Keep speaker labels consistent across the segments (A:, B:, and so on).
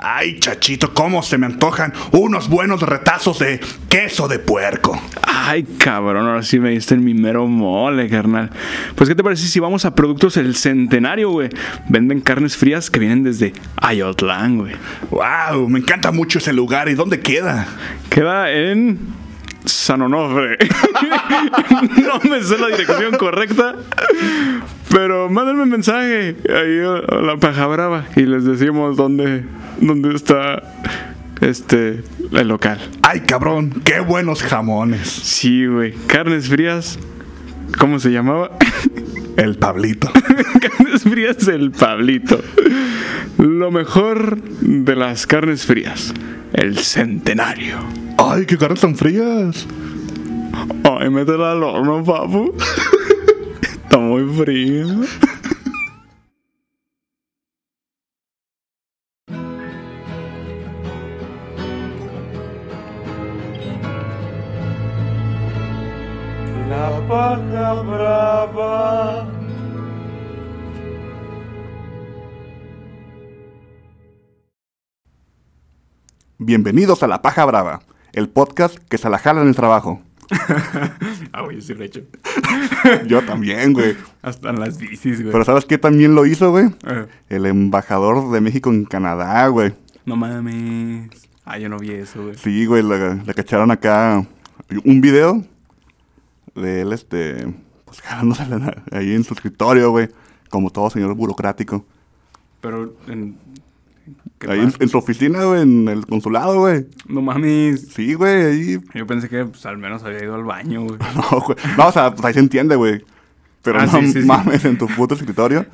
A: Ay, chachito, cómo se me antojan unos buenos retazos de queso de puerco.
B: Ay, cabrón, ahora sí me diste en mi mero mole, carnal. Pues, ¿qué te parece si vamos a Productos El Centenario, güey? Venden carnes frías que vienen desde Ayotlán, güey.
A: Wow, me encanta mucho ese lugar. ¿Y dónde queda?
B: Queda en... San Onofre. no me sé la dirección correcta, pero mándenme un mensaje ahí a la paja brava y les decimos dónde, dónde está este el local.
A: Ay, cabrón, qué buenos jamones.
B: Sí, güey. Carnes frías. ¿Cómo se llamaba?
A: El Pablito.
B: carnes frías el Pablito. Lo mejor de las carnes frías. El centenario.
A: Ay, qué caras tan frías.
B: Ay, métela al horno, papu. Está muy frío.
C: La paja brava.
A: Bienvenidos a La Paja Brava, el podcast que se la jala en el trabajo.
B: Ah, güey, yo sí lo he hecho.
A: Yo también, güey.
B: Hasta en las bicis, güey.
A: Pero ¿sabes qué también lo hizo, güey?
B: Eh,
A: El embajador de México en Canadá, güey.
B: no mames. Ah, yo no vi eso, güey.
A: Sí, güey, la, la cacharon acá un video de él, este, pues jalándosela na- ahí en su escritorio, güey. Como todo señor burocrático.
B: Pero en... ¿qué
A: Ahí en,
B: pasa?
A: en su oficina, güey, en el consulado, güey.
B: No mames.
A: Sí, güey, ahí.
B: Yo pensé que pues, al menos había ido al baño, güey.
A: No, güey. No, o sea, pues ahí se entiende, güey. Pero
B: Ah,
A: no
B: sí, sí, sí.
A: mames en tu puto escritorio.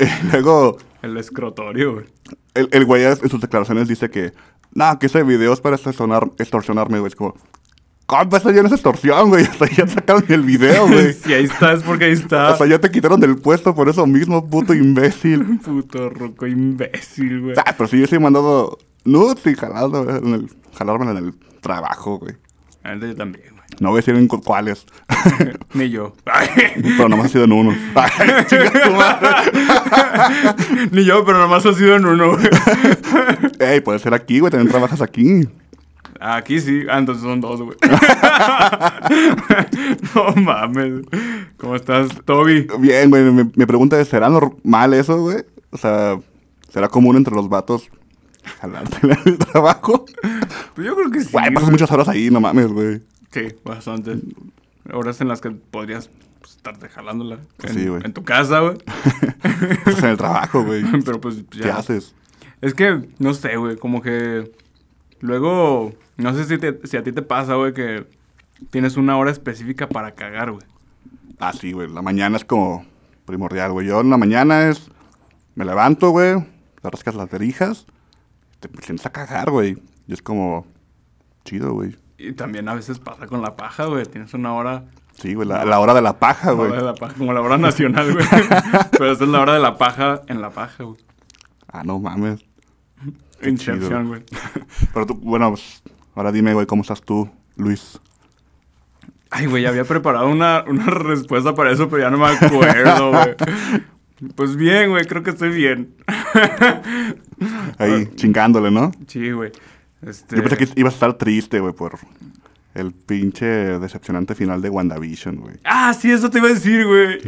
A: Y luego,
B: El escrotorio, güey.
A: el, el güey en sus declaraciones dice que, no, que ese video es para extorsionar, extorsionarme, güey. Es como, ¿cómo eso ya no es extorsión, güey? Hasta ya sacaron el video, güey.
B: Si ahí está, es porque ahí está.
A: Hasta ya te quitaron del puesto por eso mismo, puto imbécil.
B: Puto roco imbécil, güey.
A: Ah, pero si yo estoy mandando nudes y jalando, güey, en el, jalármela en el trabajo, güey.
B: Antes yo también, güey.
A: No voy a decir en cu- cuáles,
B: Ni yo.
A: pero nomás ha sido en uno. Ay, chinga tu madre.
B: Ni yo, pero nomás ha sido en uno, güey.
A: Ey, puede ser aquí, güey, también trabajas aquí.
B: Aquí sí. Ah, entonces son dos, güey. no mames. ¿Cómo estás, Toby?
A: Bien, güey, mi, mi pregunta es, ¿será normal eso, güey? O sea, ¿será común entre los vatos jalártela en el trabajo?
B: Pues yo creo que sí.
A: Güey, pasas muchas horas ahí, no mames, güey.
B: Sí, bastante. Horas en las que podrías pues, estarte jalándola.
A: Pues
B: en,
A: sí, güey.
B: en tu casa, güey.
A: Estás en el trabajo, güey.
B: pero pues ya.
A: ¿Qué haces?
B: Es que, no sé, güey, como que luego, no sé si, te- si a ti te pasa, güey, que tienes una hora específica para cagar, güey.
A: Ah, sí, güey, la mañana es como primordial, güey. Yo en la mañana es, me levanto, güey, te rascas las derijas, te sientes a cagar, güey. Y es como, chido, güey.
B: Y también a veces pasa con la paja, güey. Tienes una hora,
A: Sí, güey, la, la hora de la
B: la
A: paja,
B: hora
A: Ah, güey.
B: de la paja, como la hora nacional, güey. Pero esa es la hora de la paja en la paja, güey.
A: Ah, no mames. Qué
B: Inception,
A: chido.
B: güey.
A: Pero tú, bueno, pues, ahora dime, güey, ¿cómo estás tú, Luis?
B: Ay, güey, había preparado una, una respuesta para eso, pero ya no me acuerdo, güey. Pues bien, güey, creo que estoy bien.
A: Ahí, chingándole, ¿no?
B: Sí, güey. Este...
A: Yo pensé que ibas a estar triste, güey, por el pinche decepcionante final de WandaVision, güey.
B: Ah, sí, eso te iba a decir, güey.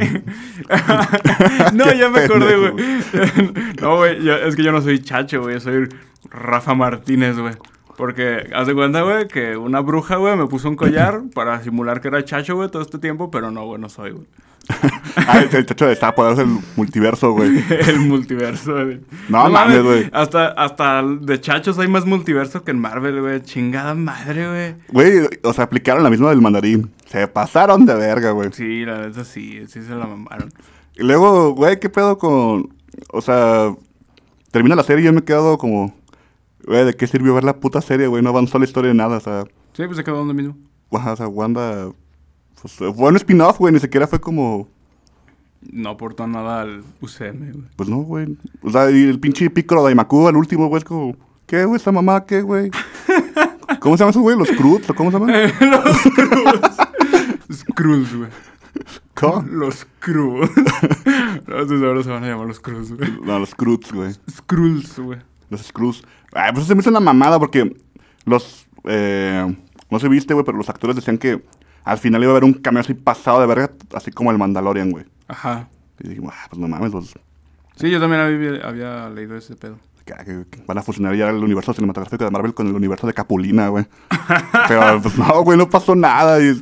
B: no,
A: Qué
B: ya me acordé,
A: pendejo,
B: güey. no, güey, yo- es que yo no soy chacho, güey. Yo soy Rafa Martínez, güey. Porque, haz de cuenta, güey, que una bruja, güey, me puso un collar para simular que era chacho, güey, todo este tiempo, pero no, güey, no soy, güey.
A: Ah, el, el chacho de está es el multiverso, güey.
B: El multiverso, güey.
A: No mames, güey.
B: Hasta, hasta de chachos hay más multiverso que en Marvel, güey. Chingada madre, güey.
A: Güey, o sea, aplicaron la misma del mandarín. Se pasaron de verga, güey.
B: Sí, la neta sí, sí se la mamaron.
A: Y luego, güey, ¿qué pedo con...? O sea, termina la serie y yo me he quedado como... Güey, ¿de qué sirvió ver la puta serie, güey? No avanzó la historia de nada, o sea...
B: Sí, pues se quedó donde mismo.
A: guau, O sea, Wanda... Pues, fue un spin-off, güey. Ni siquiera fue como...
B: No aportó nada al UCM, güey.
A: Pues no, güey. O sea, y el pinche pícaro de Imacuba, el último, güey, es como... ¿Qué, güey? ¿Esta mamá qué, güey? ¿Cómo se llaman esos, güey? ¿Los Cruz? ¿Cómo se llaman?
B: Los Cruz. Cruz, güey.
A: ¿Cómo?
B: Los Cruz. No, sus ahora se van a llamar los Cruz, güey.
A: No, los Cruz, güey.
B: Skrulls, güey.
A: Los Screws. Ah, pues se me hizo una mamada porque los. eh, no se viste, güey, pero los actores decían que al final iba a haber un cameo así pasado de verga, así como el Mandalorian, güey.
B: Ajá.
A: Y dijimos, ah, pues no mames, los.
B: Sí, yo también había, había leído ese pedo.
A: que- que- que Van a fusionar ya el universo cinematográfico de Marvel con el universo de Capulina, güey. Pero pues no, güey, no pasó nada. Y,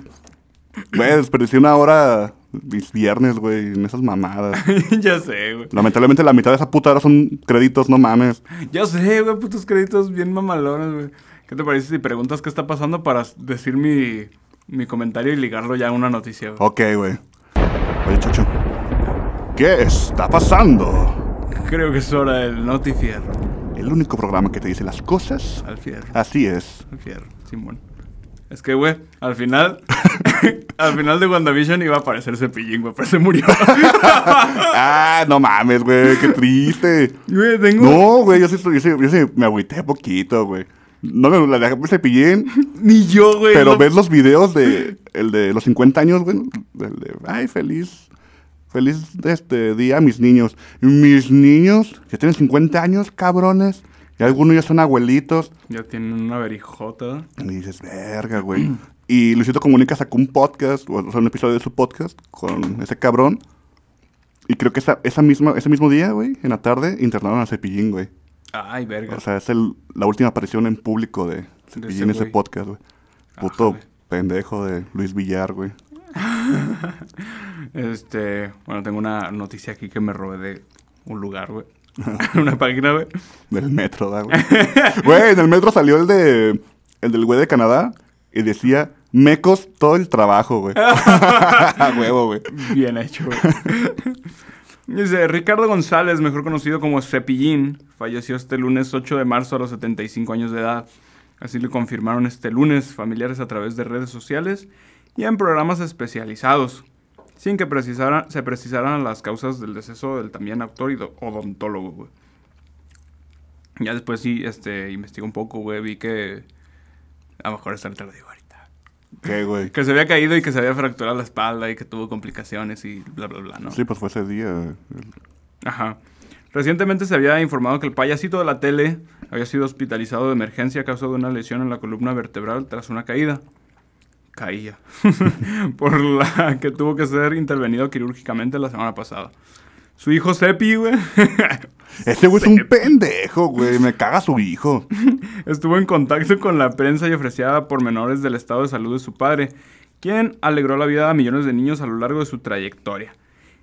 A: güey, desperdicié una hora mis viernes, güey, en esas mamadas.
B: ya sé, güey.
A: Lamentablemente la mitad de esa puta hora son créditos, no mames.
B: Ya sé, güey, putos créditos bien mamalones, güey. ¿Qué te parece si preguntas qué está pasando para s- decir mi, mi comentario y ligarlo ya a una noticia, güey?
A: Ok, güey. Oye, Chucho. ¿Qué está pasando?
B: Creo que es hora del notifierro.
A: El único programa que te dice las cosas.
B: Al fierro.
A: Así es.
B: Al fierro, Simón. Es que, güey, al final. al final de WandaVision iba a aparecer Cepillín, güey, pero se murió.
A: Ah, no mames, güey, qué triste.
B: Güey, tengo.
A: No, güey, yo sí, yo sí- yo sí me agüité poquito, güey. No me la dejé, me cepillé,
B: Ni yo, güey.
A: pero
B: no-
A: ves los videos de el de los 50 años, güey, del de, ay, feliz feliz este día a mis niños. Y Mis niños que tienen 50 años, cabrones, y algunos ya son abuelitos.
B: Ya tienen una berijota.
A: Y dices, verga, güey. Y Luisito Comunica sacó un podcast, o sea, un episodio de su podcast con ese cabrón. Y creo que esa, esa misma, ese mismo día, güey, en la tarde, internaron a Cepillín, güey.
B: Ay, verga.
A: O sea, es el- la última aparición en público de Cepillín en ese
B: güey.
A: podcast, güey.
B: Ajá,
A: Puto
B: güey.
A: pendejo de Luis Villar, güey.
B: Este, bueno, tengo una noticia aquí que me robé de un lugar, güey. una página, güey.
A: Del metro, da, güey. Güey, en el metro salió el de. El del güey de Canadá y decía, mecos todo el trabajo, güey. A huevo, güey.
B: Bien hecho, güey. Dice, Ricardo González, mejor conocido como Cepillín, falleció este lunes 8 de marzo a los 75 años de edad. Así lo confirmaron este lunes familiares a través de redes sociales y en programas especializados, sin que precisara- se precisaran las causas del deceso del también actor y do- odontólogo, güey. Ya después sí, este, investigué un poco, güey, vi que... A lo mejor esta no te lo digo ahorita.
A: ¿Qué, güey?
B: Que se había caído y que se había fracturado la espalda y que tuvo complicaciones y bla, bla, bla, ¿no?
A: Sí, pues fue ese día. el-
B: Ajá. Recientemente se había informado que el payasito de la tele había sido hospitalizado de emergencia a causa de una lesión en la columna vertebral tras una caída. Caía. Por la que tuvo que ser intervenido quirúrgicamente la semana pasada. Su hijo Sepi, güey,
A: Ese güey es un pendejo, güey. Me caga su hijo.
B: estuvo en contacto con la prensa y ofrecía pormenores del estado de salud de su padre, quien alegró la vida a millones de niños a lo largo de su trayectoria.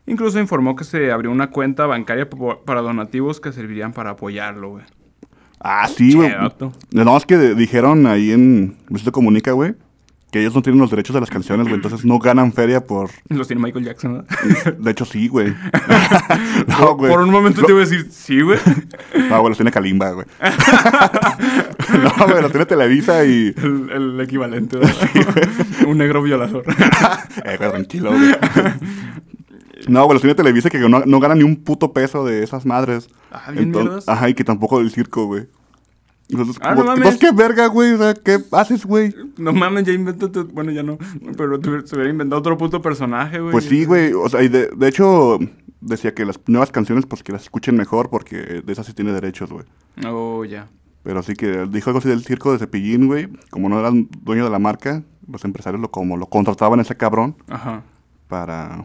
B: Incluso informó que se abrió una cuenta bancaria po- para donativos que servirían para apoyarlo, güey.
A: Ah, sí, güey.
B: Che, vato.
A: No, es que de- dijeron ahí en Luisito Comunica, güey, que ellos no tienen los derechos de las canciones, güey. Entonces no ganan feria por.
B: Los tiene Michael Jackson, ¿verdad?
A: De hecho, sí, güey. no, güey.
B: Por un momento
A: No,
B: te iba a decir, sí, güey.
A: No, güey, los tiene Kalimba, güey. no, güey, los tiene Televisa y.
B: El, el equivalente. ¿verdad? un negro violador.
A: eh, güey, tranquilo, güey. No, güey, los tiene Televisa que no, no ganan ni un puto peso de esas madres.
B: Ah, bien
A: Enton-
B: mierdas.
A: Ajá, y que tampoco del circo, güey. Entonces,
B: Ah,
A: como-
B: no mames.
A: entonces, ¿qué verga, güey? O sea, ¿qué haces, güey?
B: No mames, ya inventó tu- Bueno, ya no. Pero tu- se hubiera inventado otro puto personaje, güey.
A: Pues sí, güey. O sea, y de, de hecho, decía que las nuevas canciones, pues que las escuchen mejor, porque de esas sí tiene derechos, güey.
B: Oh, ya.
A: Pero sí que dijo algo así del circo de Cepillín, güey. Como no eran dueño de la marca, los empresarios lo como lo contrataban a ese cabrón
B: Ajá.
A: para,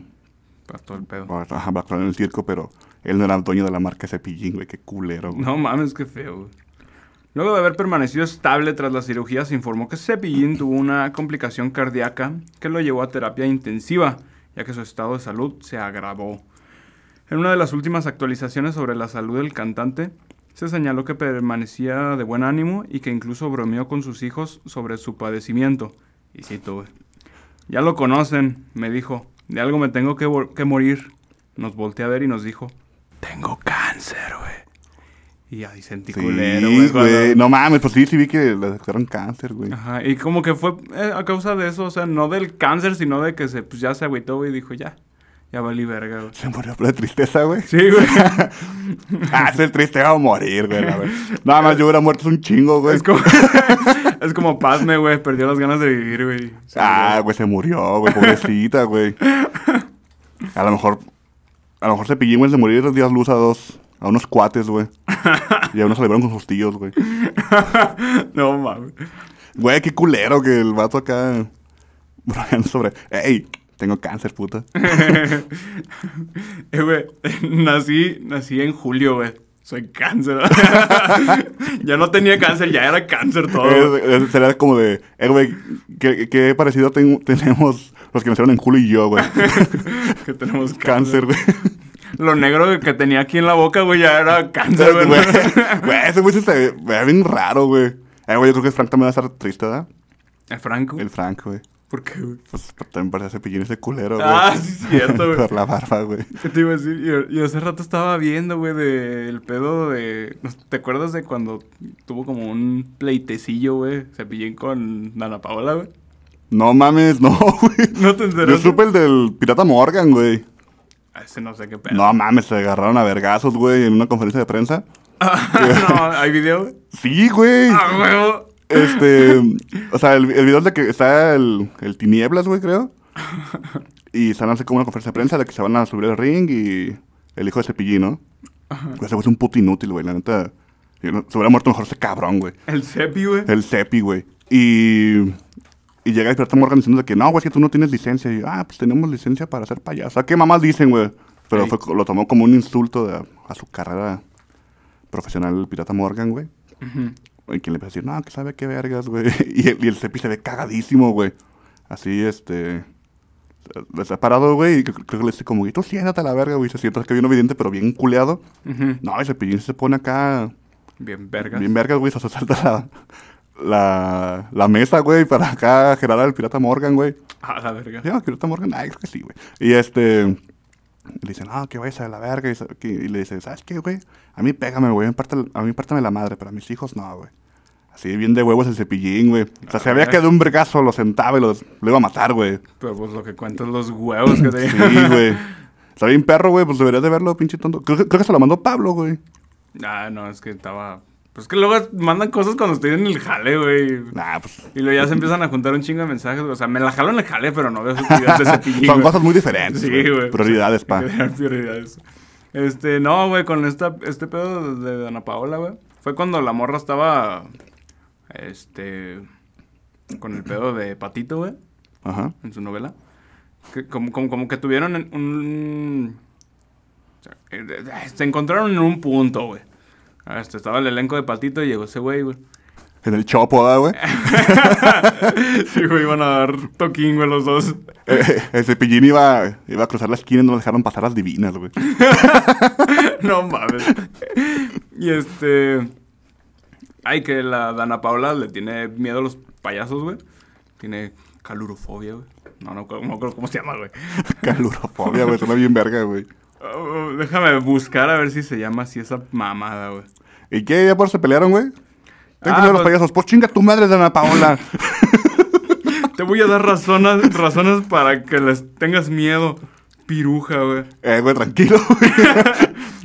B: Para todo el pedo.
A: para, ajá, para actuar en el circo, pero él no era dueño de la marca Cepillín, güey. Qué culero, güey.
B: No mames, qué feo. güey. Luego de haber permanecido estable tras la cirugía, se informó que Cepillín tuvo una complicación cardíaca que lo llevó a terapia intensiva, ya que su estado de salud se agravó. En una de las últimas actualizaciones sobre la salud del cantante, se señaló que permanecía de buen ánimo y que incluso bromeó con sus hijos sobre su padecimiento. Y cito, güey. Ya lo conocen, me dijo. De algo me tengo que, vol- que morir. Nos volteé a ver y nos dijo, tengo cáncer, güey. Y ahí sentí
A: Sí,
B: culero, güey.
A: güey.
B: cuando-
A: No mames, pues sí, sí vi que le detectaron cáncer, güey.
B: Ajá, y como que fue eh, a causa de eso, o sea, no del cáncer, sino de que se, pues, ya se agüitó, güey, y dijo, ya, ya valí verga, güey.
A: Se murió por la tristeza, güey.
B: Sí, güey.
A: Ah, es el triste, va a morir, güey. la verdad. Nada más yo hubiera muerto un chingo, güey.
B: Es como, es como Padme, güey, perdió las ganas de vivir, güey. Sí,
A: Ah, güey, se murió, güey, pobrecita, güey. A lo mejor, a lo mejor Cepillín, güey, se murió de días luz a dos, a unos cuates, güey. Y aún no celebraron con sus tíos, güey.
B: no mames.
A: Güey, qué culero que el vato acá. bromeando sobre. ¡Ey! Tengo cáncer, puta.
B: Eh, güey, nací, nací en julio, güey. Soy cáncer. ya no tenía cáncer, ya era cáncer todo.
A: Es- es- Sería como de. Eh, güey, qué, qué parecido ten- tenemos los que nacieron en Julio y yo, güey.
B: que tenemos cáncer.
A: cáncer, güey.
B: Lo negro que tenía aquí en la boca, güey, ya era cáncer,
A: Güey,
B: güey.
A: güey, ese güey se te ve bien raro, güey. Eh, güey, yo creo que Frank también va a estar triste, ¿verdad?
B: ¿El Franco?
A: El Frank, güey.
B: ¿Por qué, güey?
A: Pues también parece cepillín ese culero, güey.
B: Ah, sí, es cierto, güey.
A: Por la barba, güey.
B: ¿Qué te iba a decir? Yo- Yo, hace rato estaba viendo, güey, del pedo de... ¿Te acuerdas de cuando tuvo como un pleitecillo, güey? Cepillín con Dana Paola, güey.
A: No mames, no, güey.
B: ¿No te enteraste?
A: Yo supe el del Pirata Morgan, güey.
B: Ah, Ese no sé qué pedo.
A: No mames, se agarraron a vergazos, güey, en una conferencia de prensa.
B: no, ¿hay video? güey?
A: Sí, güey.
B: ¡Ah, huevo!
A: Este, o sea, el, el video es de que está el, el Tinieblas, güey, creo. Y están haciendo como una conferencia de prensa de que se van a subir al ring y el hijo de Cepillín, ¿no? Güey, Ese güey es un puto inútil, güey, la neta. yo no- Se hubiera muerto mejor ese cabrón, güey.
B: El Cepi, güey.
A: El Cepi, güey. Y, y llega el pirata Morgan diciendo de que no, güey, es que tú no tienes licencia. Y yo, ah, pues tenemos licencia para ser payaso. ¿A qué mamás dicen, güey? Pero
B: Ey.
A: fue co- lo tomó como un insulto de- a su carrera profesional el pirata Morgan, güey.
B: Ujú.
A: Y quien le empieza a decir, no, que sabe qué vergas, güey. Y el, y el Cepi se ve cagadísimo, güey. Así, este. Está parado, güey, y cre- creo que le dice como, y tú siéntate a la verga, güey. Se sienta que bien evidente, pero bien culeado.
B: Ujú.
A: No, ese pillín se pone acá
B: Bien verga.
A: Bien vergas, güey. Se salta la, la, la mesa, güey, para acá generar al pirata Morgan, güey.
B: A la verga.
A: ¿Se llama pirata Morgan? Ay, creo que sí, güey. Y este... Le "Ah, dice, no, que vayas a la verga. Y, sa- que- y le dice, ¿sabes qué, güey? A mí pégame, güey. a mí parte- A mí pártame la madre, pero a mis hijos no, güey. Así, bien de huevos el cepillín, güey. O sea, se había
B: Ah.
A: quedado un vergazo, lo sentaba y lo, lo iba a matar, güey.
B: Pero pues lo que cuento es los huevos que te
A: Sí, güey. Está bien perro, güey. Pues deberías de verlo, pinche tonto. Creo que, creo que se lo mandó Pablo, güey.
B: Ah, no, es que estaba... Pues que luego mandan cosas cuando estoy en el jale, güey.
A: Nah, pues...
B: Y luego ya se empiezan a juntar un chingo de mensajes. güey. O sea, me la jalo en el jale, pero no veo sus videos de cepillín.
A: Son
B: güey.
A: cosas muy diferentes.
B: Sí, güey.
A: Prioridades, pa.
B: Prioridades. Este, no, güey, con esta, este pedo de Dana Paola, güey. Fue cuando la morra estaba. Este. Con el pedo de Patito, güey,
A: Ajá.
B: en su novela. Que, como, como, como que tuvieron en un. o sea, eh, eh, Se encontraron en un punto, güey. Este, estaba el elenco de Patito y llegó ese güey, güey.
A: En el chopo, ¿verdad, güey?
B: Sí, güey, iban a dar toquín, güey, los dos.
A: Eh, eh, el cepillín iba, iba a cruzar la esquina y no le dejaron pasar las divinas, güey.
B: No mames. Y este. Ay, que la Dana Paula le tiene miedo a los payasos, güey. Tiene calurofobia, güey. No, no, no me acuerdo cómo se llama, güey.
A: Calurofobia, güey. Suena bien verga, güey.
B: Oh, déjame buscar a ver si se llama así esa mamada, güey.
A: ¿Y qué? ¿Ya por se pelearon, güey?
B: Ah,
A: Tengo que ver los
B: pues-
A: payasos. Por chinga tu madre, Dana Paola.
B: Te voy a dar razones, razones para que les tengas miedo. Piruja, güey.
A: eh, güey, tranquilo, güey.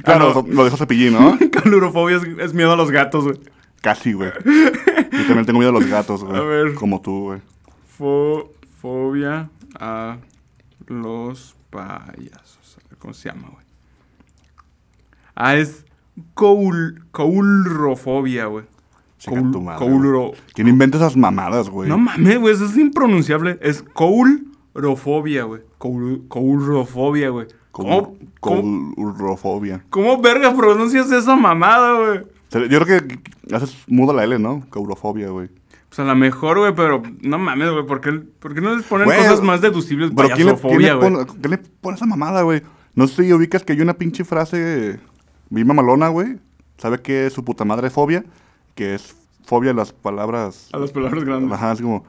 A: claro,
B: no.
A: lo dejó cepillín, ¿no?
B: Calurofobia es, es miedo a los gatos, güey.
A: Casi, güey. Yo también tengo miedo a los gatos, güey.
B: A ver.
A: Como tú, güey.
B: Fo- fobia a los payasos. A ver, ¿Cómo se llama, güey? Ah, es coul, coulrofobia, güey.
A: Chinga
B: Coul-
A: tu madre.
B: coulro-
A: güey. ¿Quién inventa esas mamadas, güey?
B: No mames, güey, eso es impronunciable. Es coulrofobia, güey. Coul- coulrofobia, güey. ¿Cómo,
A: Cou-
B: cómo,
A: Coulrofobia.
B: cómo verga pronuncias esa mamada, güey?
A: O sea, Yo creo que haces mudo la L, ¿no? Caurofobia, güey.
B: Pues a lo mejor, güey, pero no mames, güey. ¿por qué, por qué no les ponen
A: Güey,
B: cosas más deducibles?
A: Pero ¿quién le, quién
B: Payasofobia,
A: le
B: güey.
A: pone, ¿quién le pone esa mamada, güey? No sé si ubicas que hay una pinche frase bien mamalona, güey. ¿Sabe qué es su puta madre fobia? Que es fobia a las palabras...
B: A las palabras grandes.
A: Ajá, es como...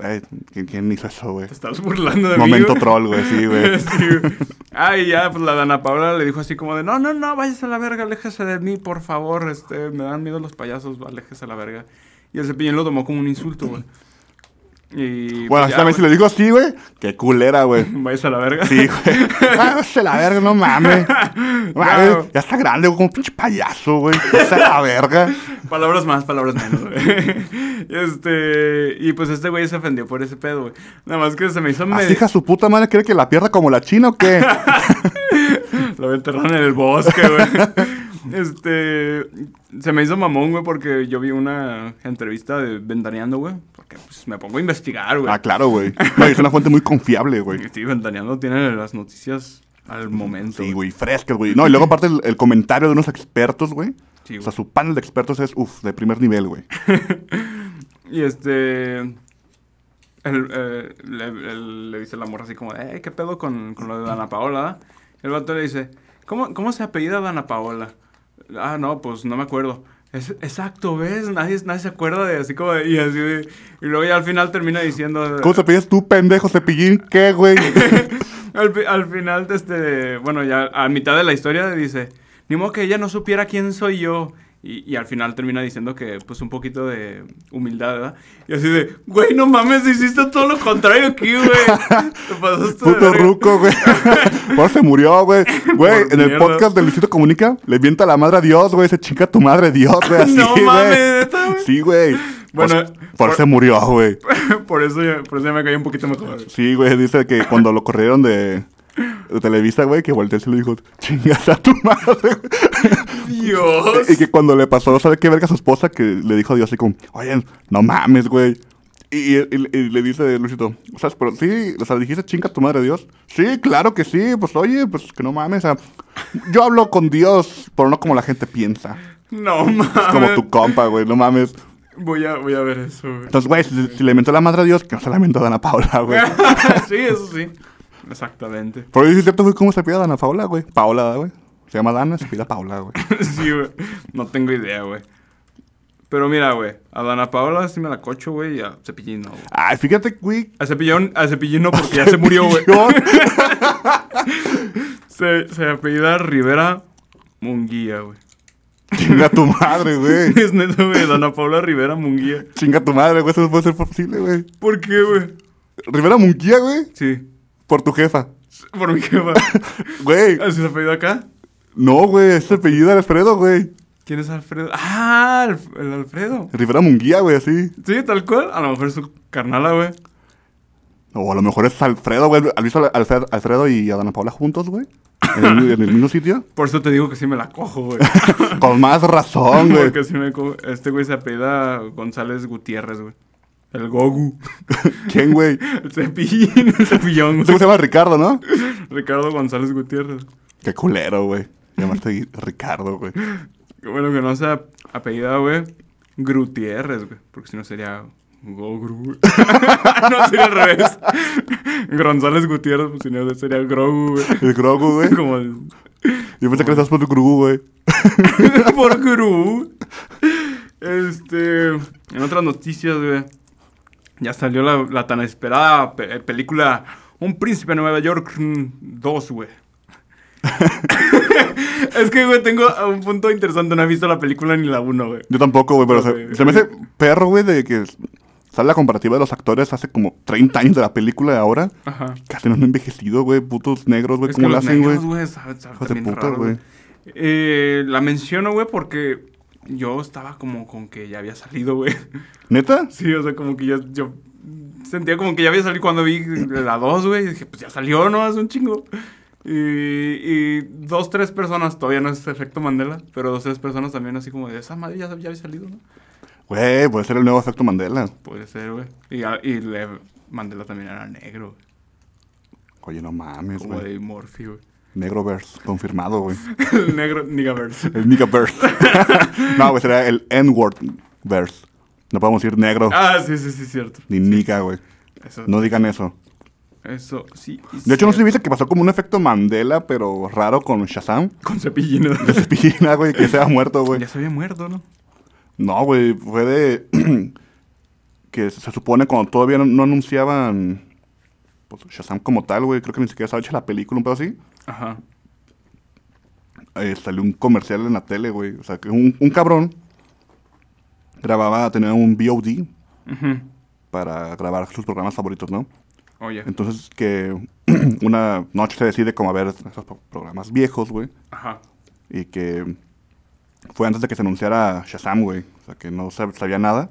A: "Ey, ¿quién, quién hizo eso, güey?
B: Te estás burlando de mí.
A: Momento
B: güey.
A: troll, güey, sí, güey.
B: Sí, güey. Ay, ya, pues la Dana Paola le dijo así como de, no, no, no, váyase a la verga, aléjese de mí, por favor, este, me dan miedo los payasos, aléjese a la verga. Y el cepillín lo tomó como un insulto, güey. Y...
A: Bueno,
B: pues, ya,
A: esta vez si
B: güey,
A: le digo así, güey, qué culera, güey.
B: Váyase a la verga.
A: Sí, güey. Ah, se la verga, no mames. No mames,
B: Claro.
A: ya está grande, güey, como pinche payaso, güey. Está la verga.
B: Palabras más, palabras menos, güey. este... Y pues este güey se ofendió por ese pedo, güey. Nada más que se me hizo
A: ¿Así
B: medio...
A: hija su puta madre quiere que la pierda como la china o qué?
B: Lo enterraron en el bosque, güey. Este, se me hizo mamón, güey, porque yo vi una entrevista de Ventaneando, güey. Porque pues, me pongo a investigar, güey.
A: Ah, claro, güey. Güey, Es una fuente muy confiable, güey.
B: Sí, Ventaneando tiene las noticias al momento.
A: Sí, güey, frescas, güey. No, y luego aparte el, el comentario de unos expertos, güey.
B: Sí,
A: o sea,
B: güey.
A: su panel de expertos es, uff, de primer nivel, güey.
B: Y este. el, eh, le, el- le dice la morra así como, eh, ¿qué pedo con, con lo de Dana Paola? ah?" El vato le dice, ¿cómo, cómo se apellida Dana Paola? Ah, no, pues no me acuerdo. Es, exacto, ¿ves? Nadie, nadie se acuerda de así como de- y así de- Y luego ya al final termina diciendo.
A: ¿Cómo te pides tú, pendejo cepillín? ¿Qué, güey?
B: Al, fi- al final, este, bueno, ya a mitad de la historia dice, ni modo que ella no supiera quién soy yo. Y, y al final termina diciendo que, pues, un poquito de humildad, ¿verdad? Y así de, güey, no mames, hiciste todo lo contrario aquí, güey. Te pasaste de
A: Puto
B: verga".
A: ruco, güey. Por eso se murió, güey. Güey,
B: Por
A: en el
B: mierda.
A: podcast de Luisito Comunica, le vienta la madre a Dios, güey. Se chinga tu madre Dios, güey. Así,
B: No
A: güey.
B: mames, ¿neta, güey?
A: Sí, güey.
B: Bueno,
A: Por- por
B: por-
A: eso se murió, güey.
B: por, eso ya, por eso ya me caí un poquito mejor.
A: Sí, güey, dice que cuando lo corrieron de, de Televisa, güey, que volteó y se le dijo, chingas a tu madre, güey.
B: Dios.
A: Y que cuando le pasó, ¿sabe qué verga a su esposa? Que le dijo a Dios así como, oigan, no mames, güey. Y, y- y- y le dice Luisito, o sea, pero sí, o sea, dijiste chinga a tu madre Dios. Sí, claro que sí, pues oye, pues que no mames. o sea, yo hablo con Dios, pero no como la gente piensa.
B: No mames.
A: Es como tu compa, güey, no mames.
B: Voy a, voy a ver eso, güey.
A: Entonces, güey, si, si le mentó la madre a Dios, que no se la mentó a Dana Paola, güey.
B: Ah. sí, eso sí. Exactamente.
A: Pero sí es cierto, güey, ¿cómo se pide Dana Paola, güey? Paola, güey. Se llama Dana, se pide Paola, güey.
B: Sí, güey. No tengo idea, güey. Pero mira, güey. A Dana Paola sí me la cocho, güey. Y a Cepillín no, güey.
A: Ay, fíjate, güey.
B: A Cepillín, a Cepillín no porque ya se murió, güey. Se, se apellida Rivera Munguía, güey.
A: Chinga tu madre, güey.
B: Es neto, güey. Dana Paola Rivera Munguía.
A: Chinga tu madre, güey. Eso no puede ser posible, güey.
B: ¿Por qué, güey?
A: Rivera Munguía, güey.
B: Sí.
A: Por tu jefa.
B: Por mi jefa.
A: Güey.
B: ¿Así se apellida acá?
A: No, güey. Es el apellido de Alfredo, güey.
B: ¿Quién es Alfredo? ¡Ah! Alf- El Alfredo.
A: Rivera Munguía, güey, así.
B: Sí, tal cual. A lo mejor es su carnala, güey.
A: O a lo mejor es Alfredo, güey. ¿Has visto a Alfred- Alfredo y a Dana Paola juntos, güey? En, el- en el mismo sitio.
B: Por eso te digo que sí me la cojo, güey.
A: Con más razón, güey.
B: Porque si me co- este güey se apela González Gutiérrez, güey. El Gogu.
A: ¿Quién, güey?
B: El cepillín, el cepillón,
A: Ese güey
B: güey.
A: se llama Ricardo, ¿no?
B: Ricardo González Gutiérrez.
A: Qué culero, güey. Llamarte Ricardo, güey.
B: Qué bueno que no sea apellida, güey. Grutierrez, güey. Porque si no sería Gogru, güey. no, sería al revés. González Gutiérrez, pues si no sería Grogu, güey.
A: El Grogu, güey.
B: Como el-
A: Yo pensé que le estabas por tu Grogu, güey.
B: Por Gru. Este. En otras noticias, güey. Ya salió la, la tan esperada pe- eh, película Un Príncipe de Nueva York mm, 2, güey. es que, güey, tengo a un punto interesante. No he visto la película ni la 1, güey.
A: Yo tampoco, güey, pero se,
B: Ok.
A: se me hace perro, güey, de que sale la comparativa de los actores hace como 30 años de la película de ahora.
B: Ajá.
A: Casi no han envejecido, güey, putos negros, güey,
B: Es que
A: ¿cómo lo
B: los
A: hacen, güey?
B: negros, güey, saben- saben
A: Hijos de
B: también
A: puta,
B: raro,
A: güey.
B: güey. Eh, la menciono, güey, porque yo estaba como con que ya había salido, güey.
A: ¿Neta?
B: Sí, o sea, como que yo, yo sentía como que ya había salido cuando vi la 2, güey. y Dije, pues ya salió, ¿no? Es un chingo. Y, y dos, tres personas, todavía no es efecto Mandela, pero dos, tres personas también así como de esa madre ya, ya había salido, ¿no?
A: Güey, puede ser el nuevo efecto Mandela.
B: Puede ser, güey. Y, a- y le- Mandela también era negro,
A: Oye, no mames,
B: como
A: Pues, güey.
B: de Morphy, güey.
A: Negroverse, confirmado, güey.
B: El negro Nigaverse.
A: El Nigaverse. no, güey, será el N-word-verse. No podemos decir negro
B: Ah, sí, sí, sí, cierto.
A: ni Nika, güey.
B: Eso,
A: No digan eso.
B: eso sí. es
A: De hecho, no sé si
B: cierto.
A: viste que pasó como un efecto Mandela, pero raro con Shazam.
B: Con cepillín. ¿no?
A: De Cepillina, güey, que se ha muerto, güey.
B: Ya se había muerto, ¿no?
A: No, güey, fue de. que se supone cuando todavía no, no anunciaban pues, Shazam como tal, güey. Creo que ni siquiera estaba hecha la película, un pedo así.
B: Ajá.
A: eh, salió un comercial en la tele, güey. O sea, que un, un cabrón grababa, tenía un VOD
B: Ujú.
A: para grabar sus programas favoritos, ¿no?
B: Oye.
A: Entonces, que una noche se decide como a ver esos pro- programas viejos, güey.
B: Ajá.
A: Y que fue antes de que se anunciara Shazam, güey. O sea, que no sab- sabía nada.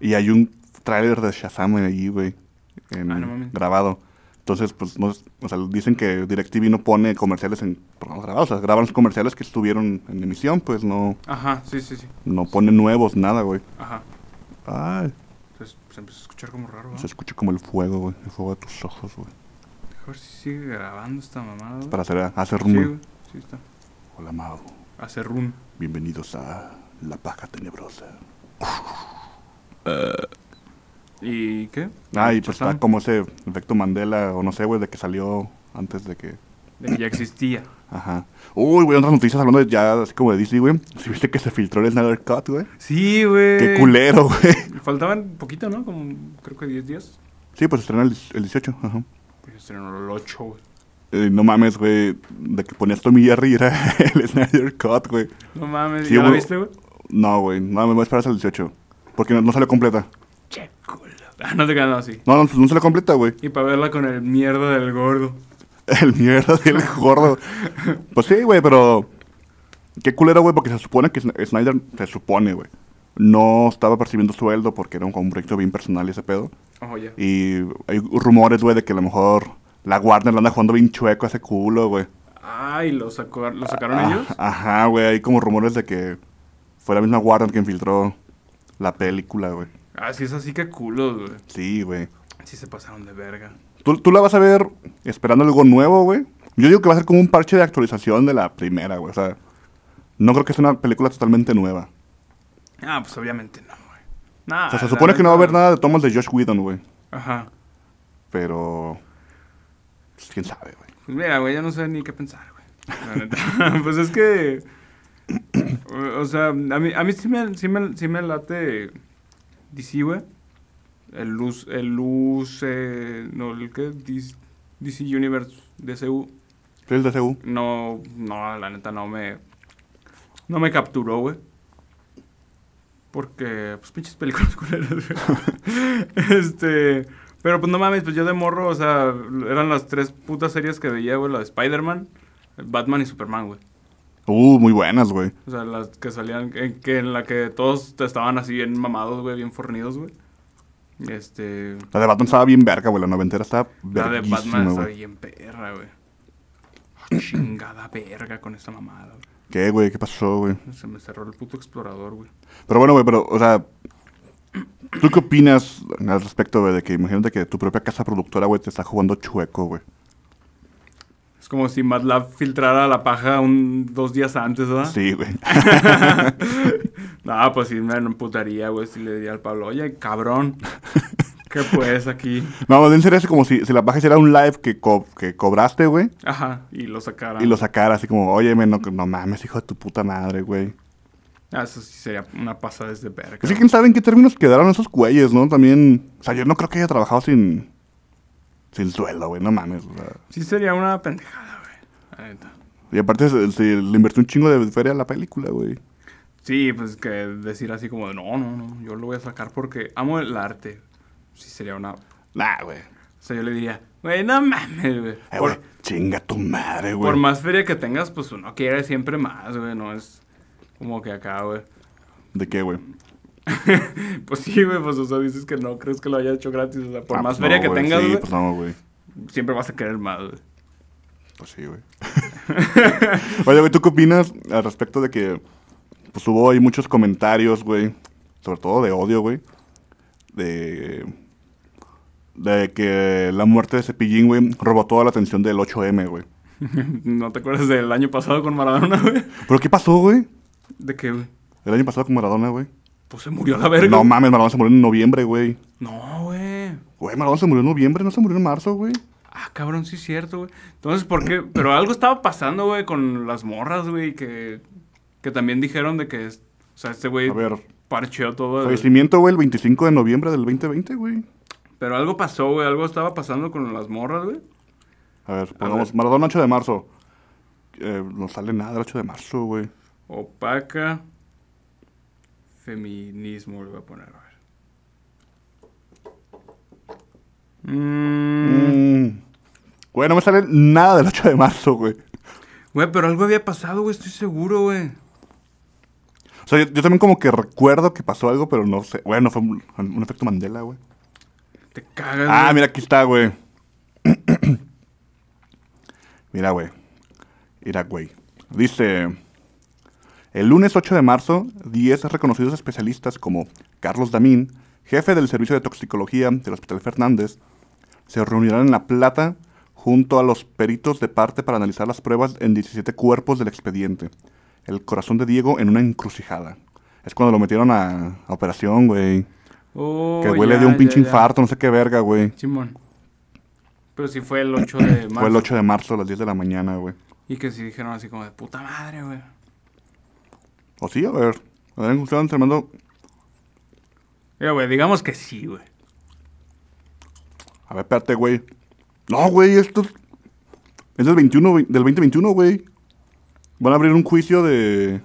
A: Y hay un tráiler de Shazam ahí, güey. en-
B: Ah, no mames.
A: grabado. Entonces, pues, no, es- o sea, dicen que DirecTV no pone comerciales en programas grabados. O sea, graban los comerciales que estuvieron en emisión, pues no,
B: Ajá, sí, sí, sí.
A: no pone nuevos, nada, güey.
B: Ajá.
A: Ay,
B: Entonces Pues, se empezó a escuchar como raro, ¿no?
A: se escucha como el fuego, güey. El fuego de tus ojos, güey.
B: A ver si sigue grabando esta mamada. güey.
A: Para hacer, hacer
B: Sí,
A: rumbo.
B: güey. Sí, está.
A: Hola, amado.
B: Hacer run.
A: Bienvenidos a La Paja Tenebrosa.
B: ¿Y qué?
A: Ah, y pues
B: Shazam.
A: está como ese efecto Mandela, o no sé, güey, de que salió antes de que...
B: De que Eh, ya existía.
A: Ajá. Uy, güey, otras noticias hablando de ya así como de DC, güey. Si viste que se filtró el Snyder Cut, güey.
B: Sí, güey.
A: Qué culero, güey.
B: Faltaban poquito, ¿no? Como creo que 10 días.
A: Sí, pues estrena el, el 18, ajá.
B: Pues estrenó el 8, güey.
A: Eh, no mames, güey, de que ponías Tommy Jerry y era el Snyder Cut, güey.
B: No mames,
A: Sí,
B: ¿ya la
A: güey.
B: viste, güey?
A: No, güey, no, me voy a esperar hasta el 18. Porque no, no salió completa.
B: Che culo. Ah, no te quedas así.
A: No, no, no salió completa, güey.
B: Y para verla con el mierda del gordo.
A: El mierda del gordo. Pues sí, güey, pero... Qué culero, güey, porque se supone que Sn- Snyder, se supone, güey, no estaba percibiendo sueldo porque era un, un proyecto bien personal y ese pedo.
B: Ojo, Oh, ya.
A: Y hay rumores, güey, de que a lo mejor la Warner lo anda jugando bien chueco a ese culo, güey.
B: Ay, ¿lo, sacó- ¿lo sacaron
A: Ah,
B: ellos?
A: Ajá, güey, hay como rumores de que fue la misma Warner que infiltró la película, güey.
B: Ah, sí, es así que culo, güey.
A: Sí, güey.
B: Sí se pasaron de verga.
A: ¿Tú, tú la vas a ver esperando algo nuevo, güey. Yo digo que va a ser como un parche de actualización de la primera, güey. O sea, no creo que sea una película totalmente nueva.
B: Ah, pues obviamente no, güey. Nah,
A: O sea, se
B: Ah, la
A: supone que no va a haber
B: neta-
A: nada de tomas de Josh Whedon, güey.
B: Ajá.
A: Pero... pues, ¿Quién sabe, güey?
B: Pues mira, güey, ya no sé ni qué pensar, güey. La neta. pues es que. o- O sea, a mí, a mí sí, me, sí, me, sí me late DC, güey. El luz. El luz. eh, no, el que. DC, Universe DCU.
A: ¿Soy el DCU?
B: No, no, la neta no me. No me capturó, güey. Porque, pues pinches películas culeras, güey. Este. Pero pues no mames, pues yo de morro, o sea, eran las tres putas series que veía, güey, la de Spider-Man, Batman y Superman, güey.
A: Uh, muy buenas, güey.
B: O sea, las que salían, en, que, en la que todos estaban así bien mamados, güey, bien fornidos, güey. Este.
A: La de Batman estaba bien verga, güey. La noventera estaba
B: La de Batman
A: verguísima,
B: está
A: güey.
B: bien perra, güey. Ah, Chingada verga con esa mamada, güey.
A: ¿Qué, güey? ¿Qué pasó, güey?
B: Se me cerró el puto explorador, güey.
A: Pero bueno, güey, pero, o sea, ¿tú qué opinas al respecto, güey? De que imagínate que tu propia casa productora, güey, te está jugando chueco, güey.
B: Es como si MATLAB filtrara la paja un, dos días antes, ¿verdad?
A: Sí, güey.
B: No, pues sí me emputaría, güey, si le diría al Pablo, oye, cabrón, ¿qué pues aquí?
A: No, más bien sería así como si, si la baja hiciera un live que, co- que cobraste, güey,
B: Ajá, y lo sacara.
A: y lo sacara así como, oye, men, no, no mames, hijo de tu puta madre, güey.
B: Ah, eso sí sería una pasada desde verga.
A: Es Pues que quién sabe en qué términos quedaron esos güeyes, ¿no? También, o sea, yo no creo que haya trabajado sin, sin sueldo, güey, no mames. o sea.
B: Sí sería una pendejada, güey. la neta.
A: Y aparte se, se le invirtió un chingo de feria a la película, güey.
B: Sí, pues que decir así como, de, no, no, no, yo lo voy a sacar porque amo el arte. Sí sería una... O
A: Nah, güey.
B: sea, yo le diría, güey, no mames, güey.
A: Eh,
B: Por-
A: güey, chinga tu madre, güey.
B: Por más feria que tengas, pues uno quiere siempre más, güey, no es como que acá, güey.
A: ¿De qué, güey?
B: Pues sí, güey, pues o sea, dices que no crees que lo haya hecho gratis, o sea, por
A: Ah,
B: más
A: pues
B: feria
A: no,
B: que
A: güey,
B: tengas,
A: Sí,
B: güey,
A: pues no, güey.
B: siempre vas a querer más, güey.
A: Pues sí, güey. Oye, güey, ¿tú qué opinas al respecto de que pues hubo ahí muchos comentarios, güey, sobre todo de odio, güey, de de que la muerte de Cepillín, güey, robó toda la atención del 8M, güey.
B: ¿No te acuerdas del año pasado con Maradona, güey?
A: ¿Pero qué pasó, güey?
B: De que, güey,
A: El año pasado con Maradona, güey.
B: pues se murió la verga.
A: No mames, Maradona se murió en noviembre, güey.
B: No, güey.
A: Güey, Maradona se murió en noviembre, no se murió en marzo, güey.
B: Ah, cabrón, sí es cierto, güey. Entonces, ¿por qué? Pero algo estaba pasando, güey, con las morras, güey, que, que también dijeron de que, es- o sea, este güey
A: A ver.
B: parcheó todo. el-
A: Fallecimiento, güey, el 25 de noviembre del 2020, güey.
B: Pero algo pasó, güey, algo estaba pasando con las morras, güey.
A: A ver, pongamos Maradona 8 de marzo. Eh, no sale nada del 8 de marzo, güey.
B: Opaca. Feminismo, le voy a poner, a ver. Mm,
A: Mm. Güey, no me sale nada del 8 de marzo, güey.
B: Güey, pero algo había pasado, güey, estoy seguro, güey.
A: O sea, yo, yo también como que recuerdo que pasó algo, pero no sé. Bueno, fue un, un efecto Mandela, güey.
B: Te cagas,
A: Ah,
B: güey.
A: mira, aquí está, güey. Mira, güey. Mira, güey. Dice, el lunes 8 de marzo, 10 reconocidos especialistas como Carlos Damín, jefe del Servicio de Toxicología del Hospital Fernández, se reunirán en La Plata junto a los peritos de parte para analizar las pruebas en 17 cuerpos del expediente. El corazón de Diego en una encrucijada. Es cuando lo metieron a, a operación, güey.
B: Oh,
A: que huele
B: ya,
A: de un
B: ya,
A: pinche
B: ya.
A: infarto, no sé qué verga, güey.
B: Simón. Pero si fue el 8 de marzo.
A: Fue el 8 de marzo a las 10 de la mañana, güey.
B: Y que sí dijeron así como de puta madre, güey.
A: O sí, a ver. A ver, ustedes te mando-
B: Mira, güey, digamos que sí, güey.
A: A ver, espérate, güey. No, güey, esto es... Es del 21, güey, del 2021, güey. Van a abrir un juicio de...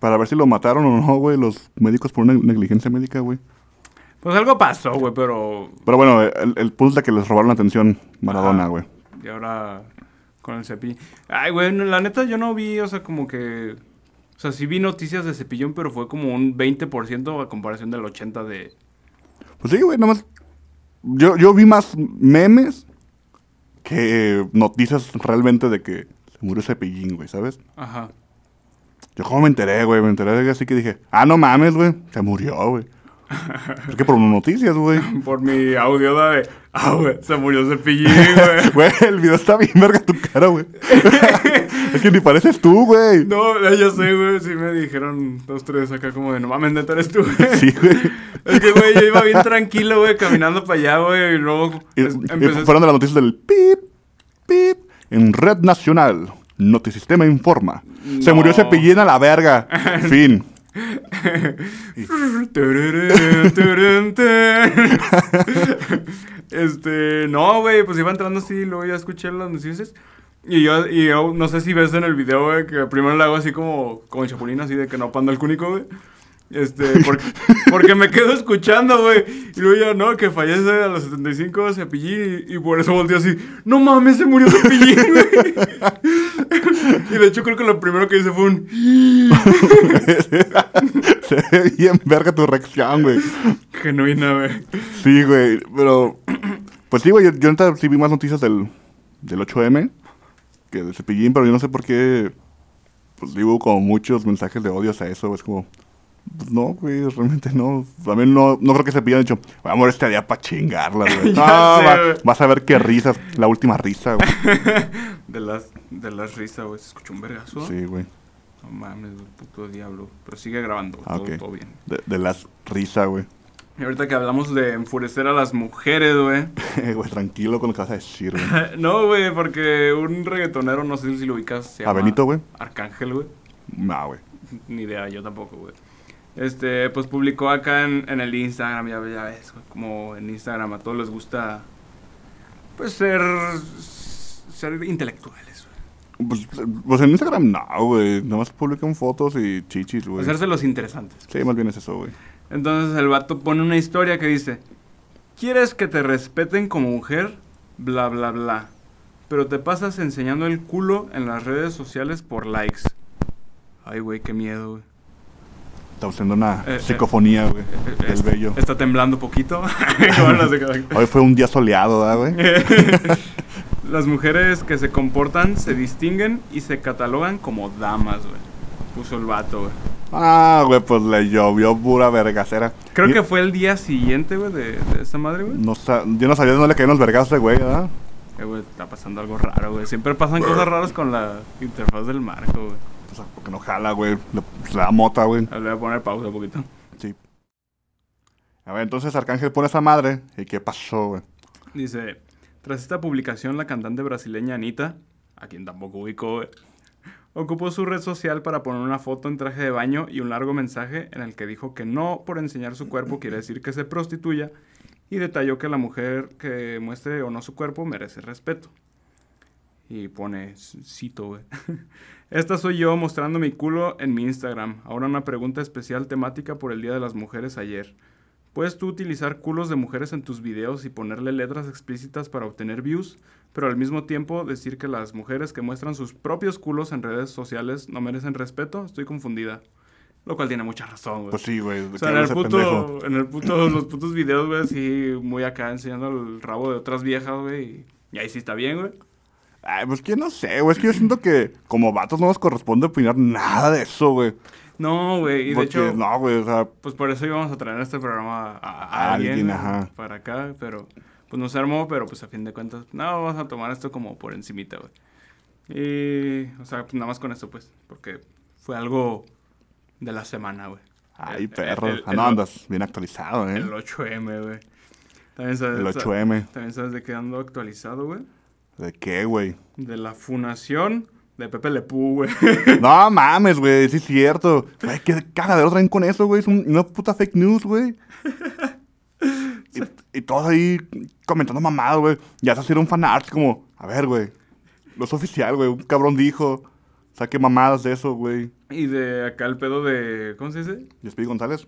A: Para ver si lo mataron o no, güey, los médicos por una negligencia médica, güey.
B: Pues algo pasó, güey, pero.
A: Pero bueno, el, el punto es de que les robaron la atención Maradona,
B: Ajá.
A: güey.
B: Y ahora con el cepillo. Ay, güey, no, la neta yo no vi, o sea, como que. O sea, sí vi noticias de cepillón, pero fue como un 20% a comparación del 80% de.
A: Pues sí, güey, nomás... Yo, yo vi más memes que noticias realmente de que se murió Cepillín, güey, ¿sabes?
B: Ajá.
A: Yo como me enteré, güey, me enteré de que así que dije, ah, no mames, güey, se murió, güey. es que por noticias, güey.
B: Por mi audio de. Ah, güey, se murió cepillín, güey.
A: Güey, el video está bien verga tu cara, güey. es que ni pareces tú, güey.
B: No, ya sé, güey, sí me dijeron dos, tres acá como de no mames, neta eres tú, güey.
A: Sí, güey.
B: Es que, güey, yo iba bien tranquilo, güey, caminando para allá, güey, y luego
A: Y,
B: es-
A: y
B: empecé...
A: fueron de las noticias del pip, pip, en Red Nacional. Notisistema informa. Se
B: No.
A: murió Cepillín a la verga. fin.
B: Tururú, turún, turún. este, no, güey, pues iba entrando así, luego ya escuché las noticias. Y yo, y yo, no sé si ves en el video, güey, que primero le hago así como con el chapulín, así de que no panda el cúnico, güey. Este, porque, porque me quedo escuchando, güey. Y luego ya, no, que fallece a los 75 Cepillín. Y, y por eso volteó así, no mames, se murió Cepillín, güey. y de hecho, creo que lo primero que hice fue un.
A: Se ve bien verga tu reacción, güey.
B: Genuina, güey.
A: Sí, güey, pero... Pues sí, güey, yo, yo neta sí vi más noticias del, del 8M que de Cepillín, pero yo no sé por qué... Pues digo como muchos mensajes de odio hacia eso, es como... Pues no, güey, realmente no. También no, no creo que Cepillín haya dicho, vamos este día para chingarla, güey.
B: Ya
A: No,
B: sé,
A: va-
B: güey.
A: vas a ver qué risas, la última risa, güey.
B: De las, de las risas, güey. Se escuchó un vergazo.
A: Sí, güey.
B: No mames, güey, puto diablo. Pero sigue grabando,
A: Ah,
B: todo,
A: ok.
B: todo bien.
A: De, de las risas, güey.
B: Y ahorita que hablamos de enfurecer a las mujeres, güey.
A: Güey, tranquilo con lo que vas a decir, güey.
B: no, güey, porque un reggaetonero, no sé si lo ubicas. Se
A: ¿A Benito, güey?
B: Arcángel, güey.
A: No, güey.
B: Ni idea, yo tampoco, güey. Este, pues publicó acá en, en el Instagram, ya, ya ves, güey, como en Instagram a todos les gusta, pues, ser, ser intelectuales, güey.
A: Pues, pues en Instagram no, güey. Nada más publican fotos y chichis, güey.
B: Hacerse los interesantes.
A: Sí, más bien es eso, güey.
B: Entonces el vato pone una historia que dice, ¿quieres que te respeten como mujer? Bla, bla, bla. Pero te pasas enseñando el culo en las redes sociales por likes. Ay, güey, qué miedo, güey.
A: Está usando una
B: Eh, eh.
A: psicofonía, güey.
B: Es-
A: el bello.
B: Está temblando poquito. Como las de cada-
A: Hoy fue un día soleado, ¿da, güey?
B: Las mujeres que se comportan se distinguen y se catalogan como damas, güey. Puso el vato, güey.
A: Ah, güey, pues le llovió pura vergacera.
B: Creo
A: Y-
B: que fue el día siguiente, güey, de, de esta madre, güey.
A: No sa- yo no sabía de dónde le caían los vergazos, a ese güey, ¿verdad?
B: Eh, güey, está pasando algo raro, güey. Siempre pasan cosas raras con la interfaz del marco, güey.
A: O sea, porque no jala, güey. Le- Se da mota, güey.
B: Ah, Le voy a poner pausa un poquito.
A: Sí. A ver, entonces Arcángel pone esa madre. ¿Y qué pasó, güey?
B: Dice, tras esta publicación, la cantante brasileña Anita, a quien tampoco ubicó, güey, ocupó su red social para poner una foto en traje de baño y un largo mensaje en el que dijo que no por enseñar su cuerpo quiere decir que se prostituya y detalló que la mujer que muestre o no su cuerpo merece respeto. Y pone, c- cito, güey. Esta soy yo mostrando mi culo en mi Instagram. Ahora una pregunta especial temática por el Día de las Mujeres ayer. ¿Puedes tú utilizar culos de mujeres en tus videos y ponerle letras explícitas para obtener views, pero al mismo tiempo decir que las mujeres que muestran sus propios culos en redes sociales no merecen respeto? Estoy confundida. Lo cual tiene mucha razón, güey.
A: Pues sí, güey.
B: O
A: ¿de
B: sea,
A: qué
B: en
A: habla
B: el,
A: ese pendejo?
B: puto, en el puto, los putos videos, güey, así muy acá enseñando el rabo de otras viejas, güey. Y, y ahí sí está bien, güey.
A: Ay, pues que no sé, güey. Es que yo siento que como vatos no nos corresponde opinar nada de eso, güey.
B: No, güey. Y de
A: Porque,
B: hecho,
A: no, güey, o sea,
B: pues por eso íbamos a traer este programa a, a
A: A
B: alguien, eh,
A: alguien, ajá.
B: para acá, pero pues nos armó, pero pues a fin de cuentas, no, vamos a tomar esto como por encimita, güey. Y, o sea, pues nada más con esto, pues, porque fue algo de la semana, güey.
A: ay,
B: El-
A: perro.
B: el-
A: Ah,
B: el-
A: no, andas bien actualizado, ¿eh?
B: El 8M, güey. También sabes,
A: El
B: sa-
A: 8M.
B: También sabes de qué ando actualizado, güey.
A: ¿De qué, güey?
B: De la funación de Pepe Lepú, güey.
A: No mames, güey, sí es cierto. Güey, qué cagadero traen con eso, güey. Es un- una puta fake news, güey. Y, y todos ahí comentando mamadas, güey. Ya se hicieron fanarts como, a ver, güey. No es oficial, güey. Un cabrón dijo. Saque mamadas de eso, güey.
B: y de acá el pedo de, ¿cómo se dice?
A: Y Speedy González.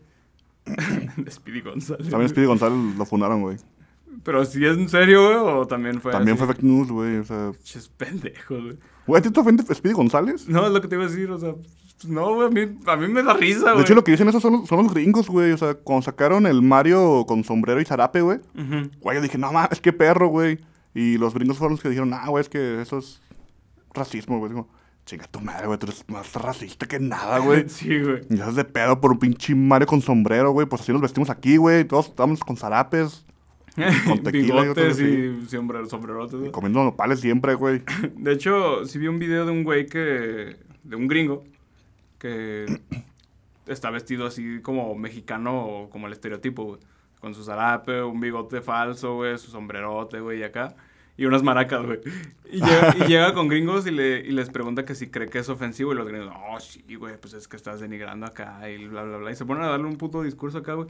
B: De Speedy González.
A: También Speedy González lo fundaron, güey.
B: Pero si es en serio, güey, o también fue
A: También
B: así?
A: fue fake news, güey. O sea,
B: Pinches pendejos, güey.
A: güey, ¿a ti te ofende Speedy González?
B: No, es lo que te iba a decir, o sea, pues, no, güey, a mí, a mí me da risa, güey.
A: De hecho, lo que dicen esos son, los- son los gringos, güey. O sea, cuando sacaron el Mario con sombrero y zarape, güey.
B: Ujú.
A: Güey, yo dije, no mames, qué perro, güey. Y los gringos fueron los que dijeron, ah, güey, es que eso es racismo, güey. Digo, chinga tu madre, güey, tú eres más racista que nada, Ah, güey.
B: Sí, güey.
A: Y haces de pedo por un pinche Mario con sombrero, güey. Pues así nos vestimos aquí, güey. Todos estamos con zarapes, Con tequila y otras
B: Bigotes y sombrero, sombrerotes.
A: y
B: güey.
A: comiendo nopales siempre, güey.
B: De hecho, sí vi un video de un güey que. de un gringo. que está vestido así como mexicano, como el estereotipo, güey. Con su zarape, un bigote falso, güey, su sombrerote, güey, y acá. Y unas maracas, güey. Y llega, y llega con gringos y, le, y les pregunta que si cree que es ofensivo. Y los gringos, oh, sí, güey, pues es que estás denigrando acá y bla, bla, bla. Y se ponen a darle un puto discurso acá, güey.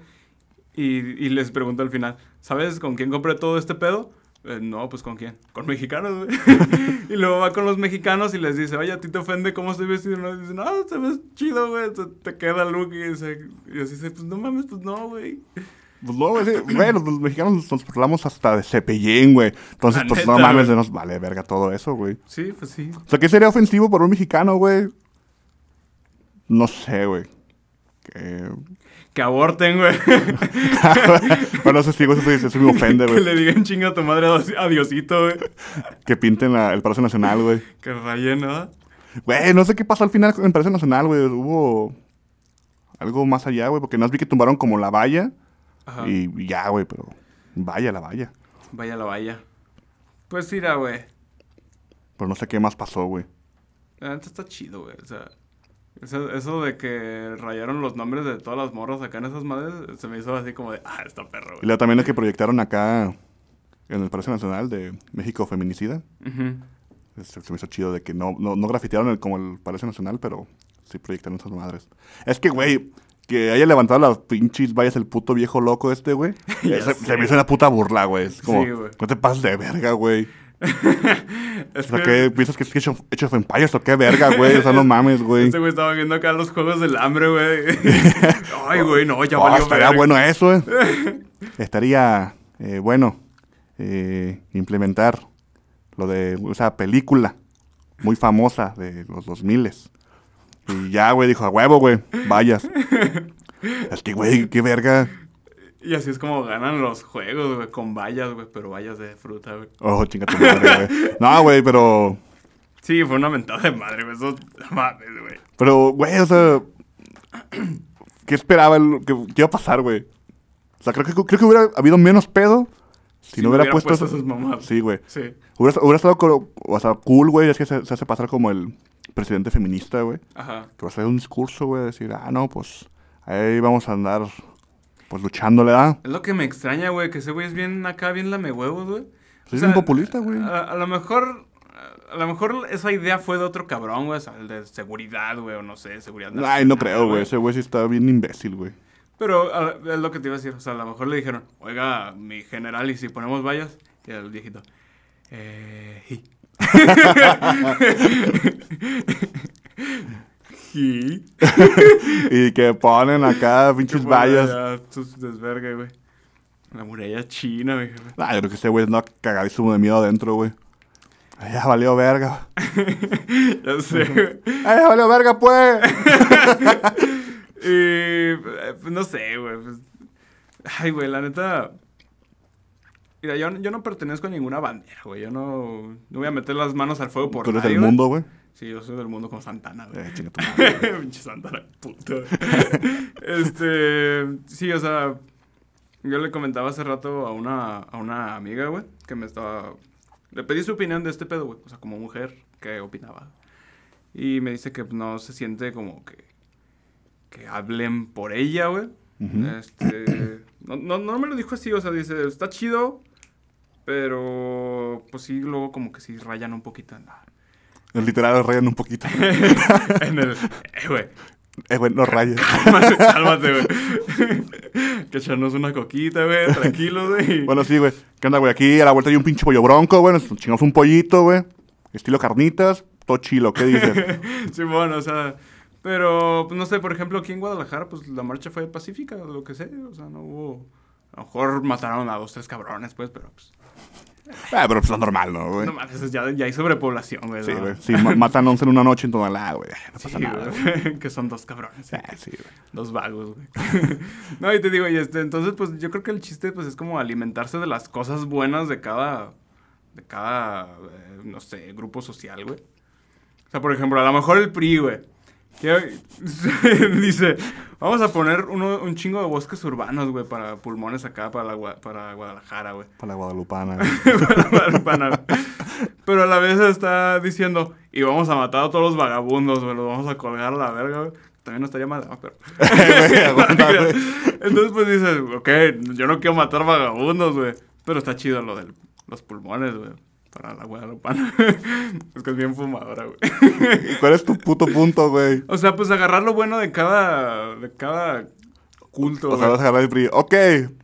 B: Y, y les pregunta al final, ¿sabes con quién compré todo este pedo? "Eh, no, pues con quién. Con mexicanos, güey. y luego va con los mexicanos y les dice, oye, ¿a ti te ofende cómo estoy vestido? Y uno dice, no, te ves chido, güey, te, te queda el look. Y, dice- y así dice, pues no mames, pues no, güey.
A: Pues no, güey, sí, güey, los, los mexicanos nos burlamos hasta de cepillín, güey. Entonces,
B: La
A: pues
B: neta,
A: no mames,
B: güey.
A: nos vale verga todo eso, güey.
B: Sí, pues sí.
A: O sea, ¿qué sería ofensivo para un mexicano, güey? No sé, güey. Que...
B: Que aborten, güey.
A: bueno, eso sí, güey, eso, sí- eso sí me ofende,
B: que
A: güey.
B: le digan chinga a tu madre a Diosito, güey.
A: Que pinten la- el Palacio Nacional, güey.
B: Que rayen, ¿no?
A: Güey, no sé qué pasó al final en el Palacio Nacional, güey. Hubo algo más allá, güey, porque no vi que tumbaron como la valla
B: Ajá.
A: y y ya, güey, pero vaya la valla.
B: Vaya la vaya. Pues mira, güey.
A: Pero no sé qué más pasó, güey.
B: La neta está chido, güey. O sea, eso, eso de que rayaron los nombres de todas las morras acá en esas madres, se me hizo así como de, ah, está perro,
A: Y
B: güey.
A: luego también lo que proyectaron acá en el Palacio Nacional de México Feminicida.
B: Ujú.
A: Este, Se, se me hizo chido de que no, no, no grafitearon el- como el Palacio Nacional, pero sí proyectaron esas madres. Es que, güey, que haya levantado las pinches vallas el puto viejo loco este, güey.
B: Ya
A: eh, se,
B: sé.
A: se me hizo una puta burla, güey. Es como,
B: Sí, güey.
A: no te pases de verga, güey. O
B: Es
A: sea,
B: que
A: ¿qué piensas que es hecho, hecho of Empires o qué verga, güey? O sea, no mames, güey.
B: este güey estaba viendo acá los juegos del hambre, güey. Ay, güey, no, ya
A: Oh,
B: valió
A: estaría
B: verga.
A: bueno eso, eh. Estaría, eh, bueno, eh, implementar lo de esa película muy famosa de los 2000 Y ya, güey, dijo, a huevo, güey, vayas. Es que, güey, qué verga.
B: Y así es como ganan los juegos, güey, con vallas, güey, pero vallas de fruta, güey.
A: Oh, chinga tu madre, güey. No, güey, pero,
B: Sí, fue una mentada de madre, güey. Eso, no mames, güey.
A: pero, güey, o sea, ¿qué esperaba? el- que, ¿Qué iba a pasar, güey? O sea, creo que, creo que hubiera habido menos pedo si, no hubiera, puesto, eso-
B: esas mamadas.
A: Sí, güey.
B: Sí.
A: Hubiera, hubiera estado co- o sea, cool, güey. Es que se, se hace pasar como el presidente feminista, güey.
B: Ajá.
A: Que va a hacer un discurso, güey, decir, ah, no, pues ahí vamos a andar, pues luchándole, ¿ah?
B: Es lo que me extraña, güey, que ese güey es bien acá, bien lame huevos, güey.
A: Sí, es bien populista, güey.
B: A, a lo mejor. A lo mejor esa idea fue de otro cabrón, güey, o sea, el de seguridad, güey, o no sé, seguridad.
A: Ay,
B: nacional,
A: no creo, güey. Ese güey sí está bien imbécil, güey.
B: Pero a- es lo que te iba a decir, o sea, a lo mejor le dijeron, oiga, mi general, y si ponemos vallas, y el viejito, eh. ji". Ji.
A: Y que ponen acá pinches vallas.
B: Ya, sus desvergue, güey. La muralla china, güey.
A: Ah, yo creo que ese güey no cagadísimo de miedo adentro, güey. Ay, Ya valió verga.
B: ya sé, güey.
A: Ay, ya valió verga, pues.
B: Y, eh, pues, no sé, güey. pues, ay, güey, la neta. Y Mira, yo, yo no pertenezco a ninguna bandera, güey. Yo no, no voy a meter las manos al fuego por
A: Tú eres
B: nadie,
A: del
B: güey.
A: mundo, güey.
B: Sí, yo soy del mundo con Santana, güey.
A: Eh, chinga tu madre.
B: Pinche Santana, puto. este, sí, o sea, yo le comentaba hace rato a una, a una amiga, güey, que me estaba... Le pedí su opinión de este pedo, güey. O sea, como mujer, ¿qué opinaba? Y me dice que no se siente como que... Que hablen por ella, güey.
A: Ujú.
B: Este... No, no, no me lo dijo así, o sea, dice, está chido, pero... Pues sí, luego como que sí rayan un poquito en la...
A: El literal rayan un poquito.
B: en el... Eh, güey.
A: Eh, güey, no rayes.
B: Cálmate, cálmate, güey. que echarnos una coquita, güey, tranquilos, güey.
A: Bueno, sí, güey. ¿Qué onda, güey? Aquí a la vuelta hay un pinche pollo bronco, güey. Nos chingamos un pollito, güey. Estilo carnitas, todo chilo. ¿Qué dices?
B: Sí, bueno, o sea, pero, pues, no sé, por ejemplo, aquí en Guadalajara, pues, la marcha fue pacífica, lo que sé, o sea, no hubo... A lo mejor mataron a dos, tres cabrones, pues, pero, pues,
A: ah, pero pues lo normal, ¿no, güey?
B: no mames, ya, ya hay sobrepoblación, güey.
A: sí,
B: ¿no?
A: güey. Sí, ma- matan 11 en una noche en Tonalá, güey. No pasa
B: Sí,
A: nada, güey.
B: güey, que son dos cabrones.
A: Ah, sí, güey.
B: Dos vagos, güey. no, y te digo, y este, entonces, pues yo creo que el chiste, pues, es como alimentarse de las cosas buenas de cada, de cada, eh, no sé, grupo social, güey. O sea, por ejemplo, a lo mejor el PRI, güey. que- dice, vamos a poner uno- un chingo de bosques urbanos, güey, para pulmones acá, para, la Gua- para Guadalajara, güey.
A: Para la guadalupana, güey.
B: Para- para- para- Pero a la vez está diciendo, y vamos a matar a todos los vagabundos, güey, los vamos a colgar a la verga, güey. También no estaría mal, ¿no? pero...
A: Güey, aguanta, güey.
B: Entonces, pues dices, ok, yo no quiero matar vagabundos, güey. Pero está chido lo de los pulmones, güey. Para la guadalupana. es que es bien fumadora, güey.
A: ¿Y ¿Cuál es tu puto punto, güey?
B: O sea, pues agarrar lo bueno de cada... De cada culto,
A: O sea,
B: güey.
A: vas a agarrar el PRI. Ok,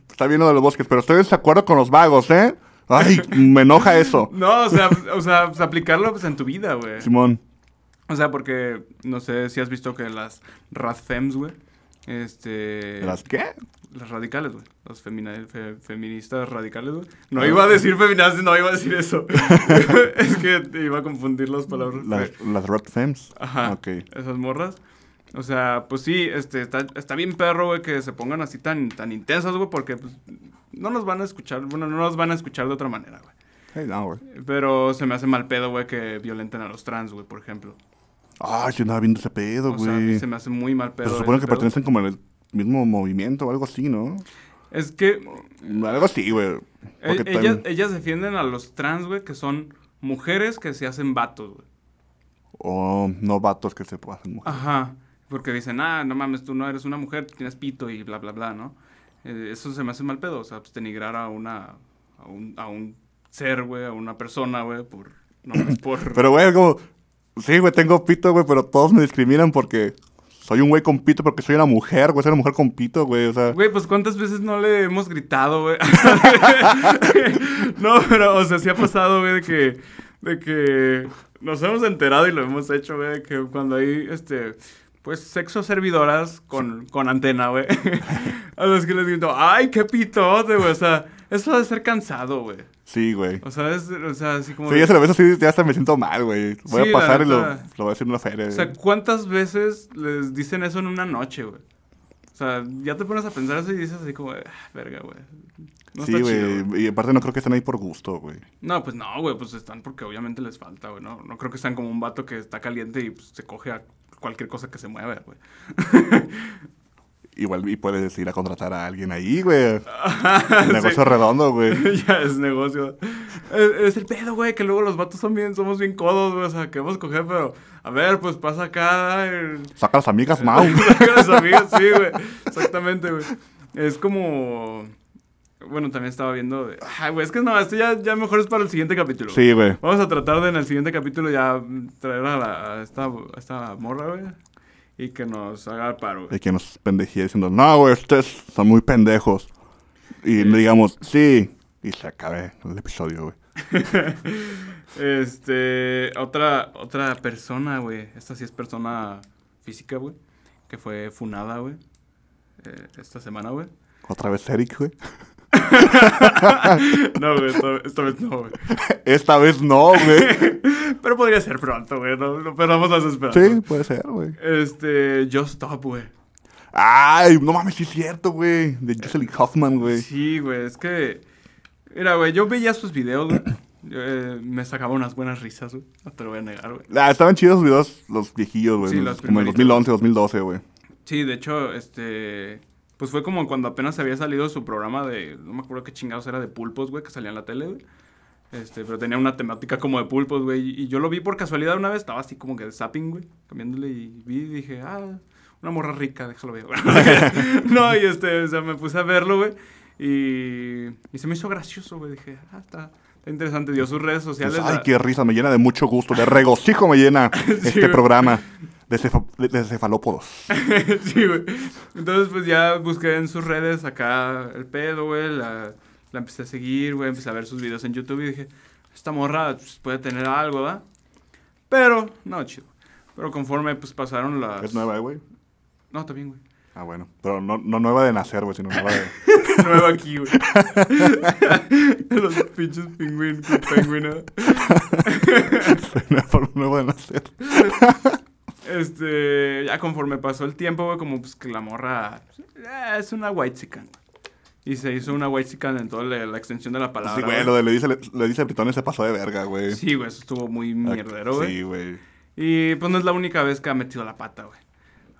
A: está bien lo de los bosques, pero estoy en desacuerdo con los vagos, ¿eh? Ay, me enoja eso.
B: No, o sea, o sea, pues, aplicarlo pues, en tu vida, güey.
A: Simón.
B: O sea, porque no sé si has visto que las radfems, güey. Este.
A: ¿Las qué?
B: las radicales, güey. Las femina- fe- feministas radicales, güey.
A: Ah.
B: No iba a decir feministas, no iba a decir eso. es que te iba a confundir las palabras.
A: Las, las Red Fems.
B: Ajá.
A: Ok.
B: Esas morras. O sea, pues sí, este, está, está bien perro, güey, que se pongan así tan, tan intensas, güey, porque pues, no nos van a escuchar, bueno, no nos van a escuchar de otra manera, güey.
A: Hey, no, güey.
B: Pero se me hace mal pedo, güey, que violenten a los trans, güey, por ejemplo.
A: Ay, yo andaba viendo ese pedo,
B: O sea, a mí
A: güey.
B: se me hace muy mal pedo.
A: Pero se supone
B: ese
A: que
B: pedo.
A: pertenecen como al mismo movimiento o algo así, ¿no?
B: Es que
A: Algo así, güey.
B: eh,
A: Porque
B: ellas,
A: también-
B: ellas defienden a los trans, güey, que son mujeres que se hacen vatos, güey.
A: O novatos Oh, que se hacen mujeres.
B: Ajá. Porque dicen, ah, no mames, tú no eres una mujer, tú tienes pito y bla, bla, bla, ¿no? Eh, eso se me hace mal pedo, o sea, pues denigrar a una, a un, a un ser, güey, a una persona, güey, por, no mames, por...
A: Pero, güey, como... Sí, güey, tengo pito, güey, pero todos me discriminan porque... Soy un güey con pito porque soy una mujer, güey. Soy una mujer con pito, güey. O sea...
B: Güey, pues cuántas veces no le hemos gritado, güey. no, pero, o sea, sí ha pasado, güey, de que, de que nos hemos enterado y lo hemos hecho, güey, de que cuando hay, este, pues, sexo servidoras con, con antena, güey. a los que les grito, ay, qué pitote, güey. O sea, eso ha de ser cansado, güey.
A: Sí, güey.
B: O sea, es, o sea, así como...
A: Sí,
B: de-
A: ya se lo ves así, ya hasta me siento mal, güey. Voy
B: Sí, la
A: a pasar y lo,
B: neta.
A: lo voy a decir en una feria.
B: O sea,
A: güey.
B: ¿cuántas veces les dicen eso en una noche, güey? O sea, ya te pones a pensar eso y dices así como, "Ah, verga, güey. No
A: sí,
B: está chido, güey.
A: güey. Y aparte no creo que estén ahí por gusto, güey.
B: No, pues no, güey, pues están porque obviamente les falta, güey. No, no creo que sean como un vato que está caliente y pues, se coge a cualquier cosa que se mueva, güey.
A: Igual y puedes ir a contratar a alguien ahí, güey. El negocio redondo, güey.
B: ya es negocio. Es, es el pedo, güey, que luego los vatos son bien, somos bien codos, güey. O sea, queremos coger, pero a ver, pues pasa acá. eh,
A: Saca a las amigas, Mau.
B: Saca a los amigos, sí, güey. Exactamente, güey. Es como. Bueno, también estaba viendo. de- Ay, güey, es que no, esto ya, ya mejor es para el siguiente capítulo. güey.
A: Sí, güey.
B: Vamos a tratar de en el siguiente capítulo ya mm, traer a, la, a esta, a esta morra, güey. Y que nos haga el paro,
A: De
B: güey.
A: que nos pendejía diciendo, no, güey, ustedes son muy pendejos. Y le digamos, sí. Y se acabe el episodio, güey.
B: Este, otra, otra persona, güey. Esta sí es persona física, güey. Que fue funada, güey. eh, esta semana, güey.
A: Otra vez Eric, güey.
B: No, güey, esta, esta vez no, güey.
A: Esta vez no, güey.
B: Pero podría ser pronto, güey. No, no perdamos las esperanzas.
A: Sí, puede ser, güey.
B: Este, Just Stop, güey.
A: Ay, no mames, sí es cierto, güey. De Jocelyn Hoffman, güey.
B: Sí, güey, es que Mira, güey, yo veía sus videos, güey. Yo, eh, me sacaba unas buenas risas, güey. No te lo voy a negar, güey.
A: Ah, estaban chidos los videos, los viejillos, güey.
B: Sí,
A: los-
B: los
A: como en
B: primeritos.
A: 2011, 2012, güey.
B: Sí, de hecho, este. Pues fue como cuando apenas había salido su programa de. No me acuerdo qué chingados era de pulpos, güey, que salía en la tele, güey. Este, pero tenía una temática como de pulpos, güey. Y yo lo vi por casualidad una vez, estaba así como que de zapping, güey. Cambiándole y vi y dije, ah, una morra rica, déjalo ver. no, y este, o sea, me puse a verlo, güey. Y, y se me hizo gracioso, güey. Dije, ah, está, está interesante. Dio sus redes sociales.
A: Entonces, Pues, ay,
B: la-
A: qué risa, me llena de mucho gusto, de regocijo me llena este
B: güey.
A: programa de, cefa- de- de cefalópodos.
B: sí, güey. Entonces, pues ya busqué en sus redes acá el pedo, güey. La, la empecé a seguir, güey. Empecé a ver sus videos en YouTube y dije, esta morra pues, puede tener algo, ¿verdad? Pero, no, chido. Pero conforme pues pasaron las.
A: ¿Es nueva, eh, güey?
B: No, también, güey.
A: Ah, bueno. Pero no, no nueva de nacer, güey, sino nueva de...
B: Nueva aquí, güey. Los pinches pingüin, pingüina.
A: nueva de nacer.
B: Este, ya conforme pasó el tiempo, güey, como pues que la morra pues, eh, es una white Y se hizo una white en toda la, la extensión de la palabra.
A: Pues Sí, güey,
B: güey.
A: lo de le dice, le dice Britón se pasó de verga, güey.
B: Sí, güey, eso estuvo muy
A: Ah,
B: mierdero, güey.
A: Sí, güey.
B: Y pues no es la única vez que ha metido la pata, güey.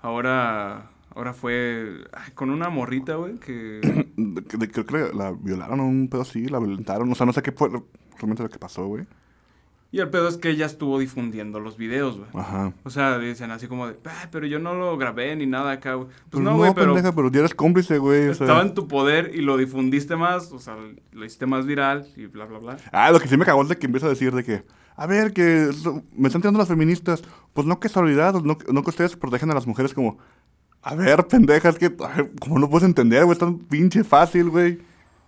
B: Ahora, ahora fue ay, con una morrita, güey, que...
A: De- de- Creo que la violaron o un pedo así, la violentaron. O sea, no sé qué fue realmente lo que pasó, güey.
B: Y el pedo es que ella estuvo difundiendo los videos, güey.
A: Ajá.
B: O sea, dicen así como de, "Ay, pero yo no lo grabé ni nada acá, güey. Pues
A: Pues
B: no, pues, güey, pero
A: pendeja, pero ya eres cómplice, güey. o sea.
B: estaba en tu poder y lo difundiste más, o sea, lo hiciste más viral y bla, bla, bla.
A: Ah, lo que sí me cagó es de que empieza a decir de que, a ver, que so- me están tirando las feministas. Pues no que solidaridad, no, no que ustedes protegen a las mujeres como, a ver, pendejas, que, ay, como no puedes entender, güey, es tan pinche fácil, güey.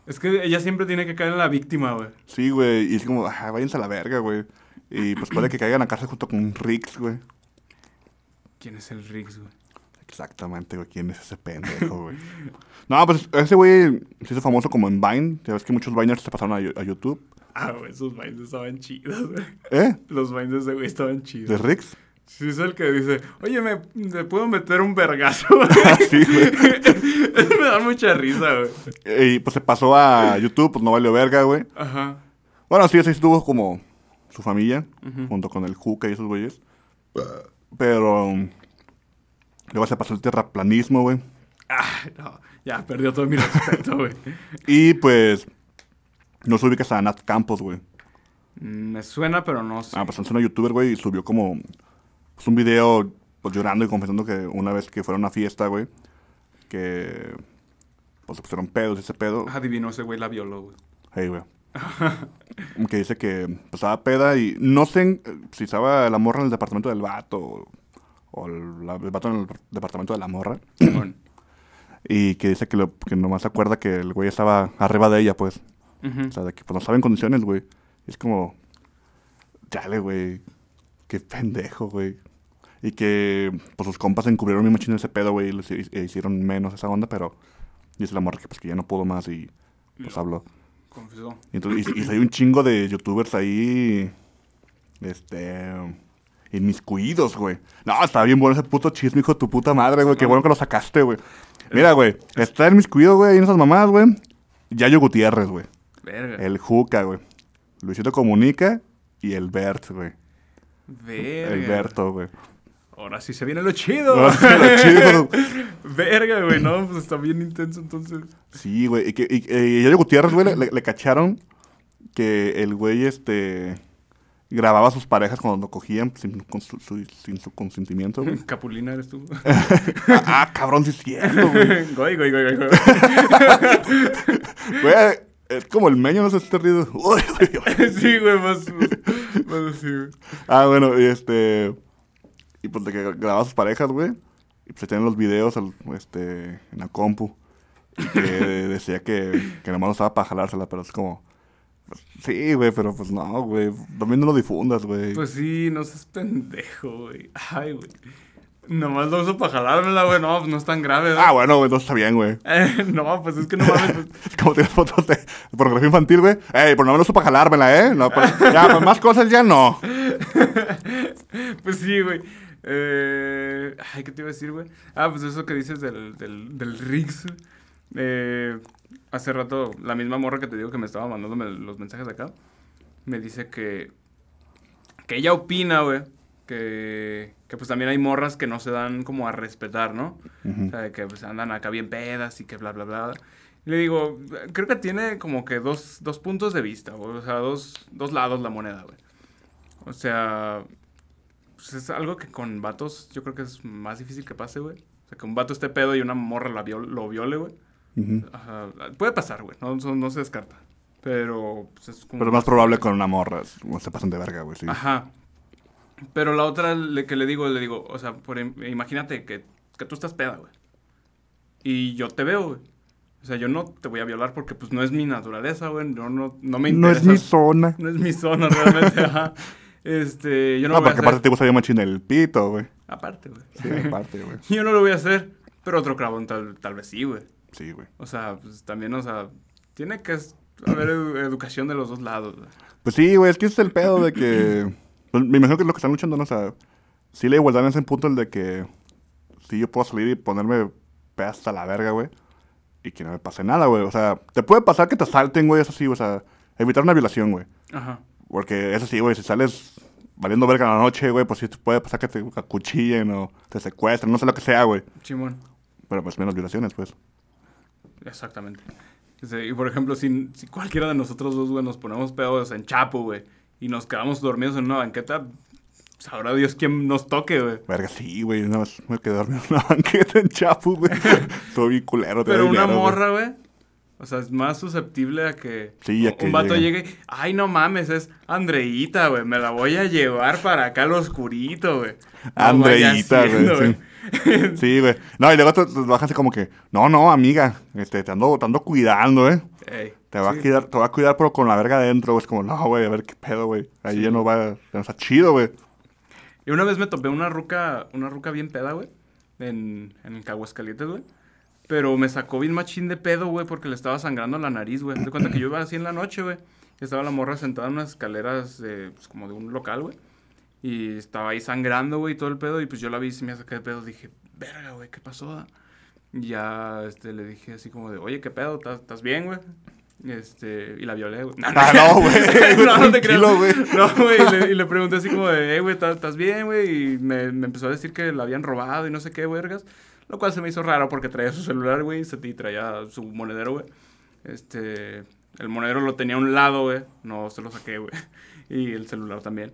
B: Es que ella siempre tiene que caer en la víctima, güey.
A: Sí, güey, y es como, "Ah, váyanse a la verga, güey. Y pues puede que caigan a casa junto con Rix, güey.
B: ¿Quién es el Riggs, güey?
A: Exactamente, güey, ¿quién es ese pendejo, güey? No, pues ese güey se hizo famoso como en Vine. Ya ves que muchos Viners se pasaron a, Yo- a YouTube.
B: Ah, güey, esos vines estaban chidos, güey.
A: ¿Eh?
B: Los vines de ese güey estaban chidos.
A: ¿De Rix?
B: Sí, es el que dice, oye, me, me puedo meter un vergazo.
A: Ah, sí, güey.
B: me da mucha risa, güey.
A: Y pues se pasó a YouTube, pues no valió verga, güey.
B: Ajá.
A: Bueno, sí, ese estuvo como su familia, junto con el Juca y esos güeyes. Pero. um, Luego se pasó el terraplanismo, güey.
B: Ah, no, ya perdió todo mi respeto, güey.
A: Y pues. No se ubicas a Nat Campos, güey.
B: Mm, Me suena, pero no sé.
A: Ah, pues es una youtuber, güey, y subió como. Pues un video pues, llorando y confesando que una vez que fueron a una fiesta, güey. Que. Pues se pusieron pedos, ese pedo.
B: Ah, Adivinó ese güey, la violó, güey.
A: Hey, güey. que dice que pues, estaba peda y no sé en- si estaba la morra en el departamento del vato o, o el, la- el vato en el departamento de la morra.
B: Simón.
A: Y que dice que, lo, que nomás se acuerda que el güey estaba arriba de ella, pues.
B: Ujú.
A: O sea, de que pues, no estaba en condiciones, güey. Es como, chale, güey. Qué pendejo, güey. Y que pues sus compas encubrieron mi machino ese pedo, güey, y les- e hicieron menos esa onda, pero dice la morra que pues que ya no pudo más y pues habló.
B: Confesó.
A: Y, entonces- y- y hay un chingo de youtubers ahí. Este. Inmiscuidos, güey. No, está bien bueno ese puto chisme, hijo de tu puta madre, güey. Qué bueno que lo sacaste, güey. Mira, güey. Está inmiscuido, güey, ahí en esas mamás, güey. Yayo Gutiérrez, güey.
B: Verga.
A: El Juca, güey. Luisito Comunica y el Bert, güey.
B: Verga.
A: El Berto, güey.
B: Ahora sí se viene lo chido.
A: Lo chido.
B: Verga, güey, no, pues está bien intenso entonces.
A: Sí, güey. Y, que- y- eh, y Yayo Gutiérrez, güey, le, le- le cacharon que el güey, este, grababa a sus parejas cuando cogían sin, con su, su- sin su consentimiento, güey.
B: Capulina eres tú.
A: ah, cabrón, sí es cierto, güey.
B: Goy, goy, goy, goy. goy.
A: Güey, es como el meño, no sé si te ríes. Uy, güey.
B: sí, güey, más, más así, güey.
A: Ah, bueno, y este. Y pues de que grababa a sus parejas, güey. Y pues se tenían los videos al- este, en la compu. Y que decía que, que nomás lo estaba para jalársela, pero es como. pues, Sí, güey, pero pues no, güey. También no lo difundas, güey.
B: Pues sí, no seas pendejo, güey. Ay, güey. Nomás lo uso para jalármela, güey. No, pues no es tan grave.
A: Ah, bueno, güey, no está bien, güey.
B: Eh, no, pues es que no mames. pues,
A: Es como tienes fotos de pornografía infantil, güey. Ey, por lo menos para jalármela, ¿eh? No, pues, ya, pues más cosas ya no.
B: pues sí, güey. Eh, ay, ¿qué te iba a decir, güey? Ah, pues eso que dices del, del, del Riggs. Eh, hace rato, la misma morra que te digo que me estaba mandándome los mensajes de acá, me dice que, que ella opina, güey, que, que pues también hay morras que no se dan como a respetar, ¿no? O sea, de que pues andan acá bien pedas y que bla, bla, bla. Y le digo, creo que tiene como que dos, dos puntos de vista, güey, o sea, dos, dos lados la moneda, güey. O sea, pues es algo que con vatos yo creo que es más difícil que pase, güey. O sea, que un vato esté pedo y una morra la viol- lo viole, güey.
A: Ujú.
B: Ajá, puede pasar, güey. No, no- no se descarta. Pero pues, es como...
A: Pero es más probable con una morra. o Se pasan de verga, güey. Sí.
B: Ajá. Pero la otra le- que le digo, le digo, o sea, por im- imagínate que, que tú estás peda, güey. Y yo te veo, güey. O sea, yo no te voy a violar porque pues no es mi naturaleza, güey. No, no, no me
A: No
B: interesa.
A: es mi zona.
B: No es mi zona realmente, ajá. Este, yo no,
A: No,
B: lo voy a
A: porque aparte
B: hacer.
A: te gusta bien machín el pito, güey.
B: Aparte, güey.
A: Sí, aparte, güey.
B: Yo no lo voy a hacer, pero otro cabrón tal, tal vez sí, güey.
A: Sí, güey.
B: O sea, pues también, o sea, tiene que es- haber edu- educación de los dos lados. güey.
A: Pues sí, güey, es que es el pedo de que. pues, me imagino que es lo que están luchando, ¿no? O sea, sí la igualdad en ese punto, el de que. Sí, yo puedo salir y ponerme pedo hasta la verga, güey. Y que no me pase nada, güey. O sea, te puede pasar que te salten, güey, eso sí, o sea, evitar una violación, güey.
B: Ajá.
A: Porque eso sí, güey, si sales valiendo verga en la noche, güey, pues sí te puede pasar que te acuchillen o te secuestren, no sé lo que sea, güey.
B: Simón,
A: Pero pues menos violaciones, pues.
B: exactamente. Sí, y por ejemplo, si, si cualquiera de nosotros dos, güey, nos ponemos pedos en Chapo, güey, y nos quedamos dormidos en una banqueta, sabrá Dios quién nos toque, güey.
A: Verga, sí, güey, una vez me quedé dormido en una banqueta en Chapu, güey. Todo bien culero, te da
B: Pero una
A: dinero, güey.
B: morra, güey. O sea, es más susceptible a que
A: Sí, a
B: un-
A: que
B: un vato
A: llegue.
B: llegue. y, Ay, no mames, es Andreita, güey. Me la voy a llevar para acá al oscurito, güey. No vaya
A: Andreita, güey,
B: siendo,
A: sí. Sí, güey. No, y luego te, te bajas y como que, no, no, amiga, este, te, ando, te ando cuidando, ¿eh?
B: Ey,
A: Te va,
B: sí.
A: a cuidar, te va a cuidar, pero con la verga adentro, güey. Es como, no, güey, a ver qué pedo, güey. Ahí ya no va, ya no está chido, güey.
B: Y una vez me topé una ruca, una ruca bien peda, güey. En, en Caguascalientes, güey. Pero me sacó bien machín de pedo, güey, porque le estaba sangrando la nariz, güey. De cuenta que yo iba así en la noche, güey. y Estaba la morra sentada en unas escaleras de, pues, como de un local, güey. Y estaba ahí sangrando, güey, y todo el pedo. Y pues yo la vi y se me saqué de pedo. Dije, verga, güey, ¿qué pasó? ah?" Y ya este, le dije así como de, oye, ¿qué pedo? ¿Estás- ¿Estás bien, güey? Este, y la violé, güey. No,
A: Ah, no, güey.
B: no, no te creo.
A: Tranquilo, güey.
B: No, güey. Y le, y le pregunté así como de, eh, güey, ¿estás estás bien, güey? Y me, me empezó a decir que la habían robado y no sé qué, vergas. Lo cual se me hizo raro porque traía su celular, güey, y se- y traía su monedero, güey. Este, el monedero lo tenía a un lado, güey. No se lo saqué, güey. Y el celular también.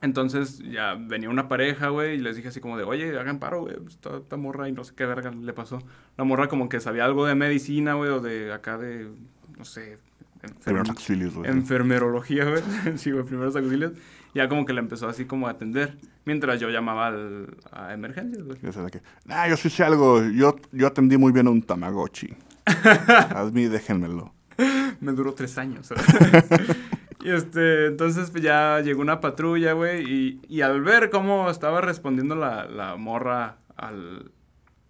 B: Entonces ya venía una pareja, güey, y les dije así como de, oye, hagan paro, güey, esta, esta morra y no sé qué verga le pasó. La morra como que sabía algo de medicina, güey, o de acá de, no sé,
A: Primeros
B: enferm-
A: auxilios, güey.
B: enfermerología, güey, sí, güey, primeros auxilios. Ya como que la empezó así como a atender, mientras yo llamaba al, a emergencias, güey.
A: Yo sé de que, ah, yo sí sé algo. Yo, yo atendí muy bien a un Tamagotchi. Admi, déjenmelo.
B: Me duró tres años. y este, entonces pues, ya llegó una patrulla, güey, y, y al ver cómo estaba respondiendo la, la morra al,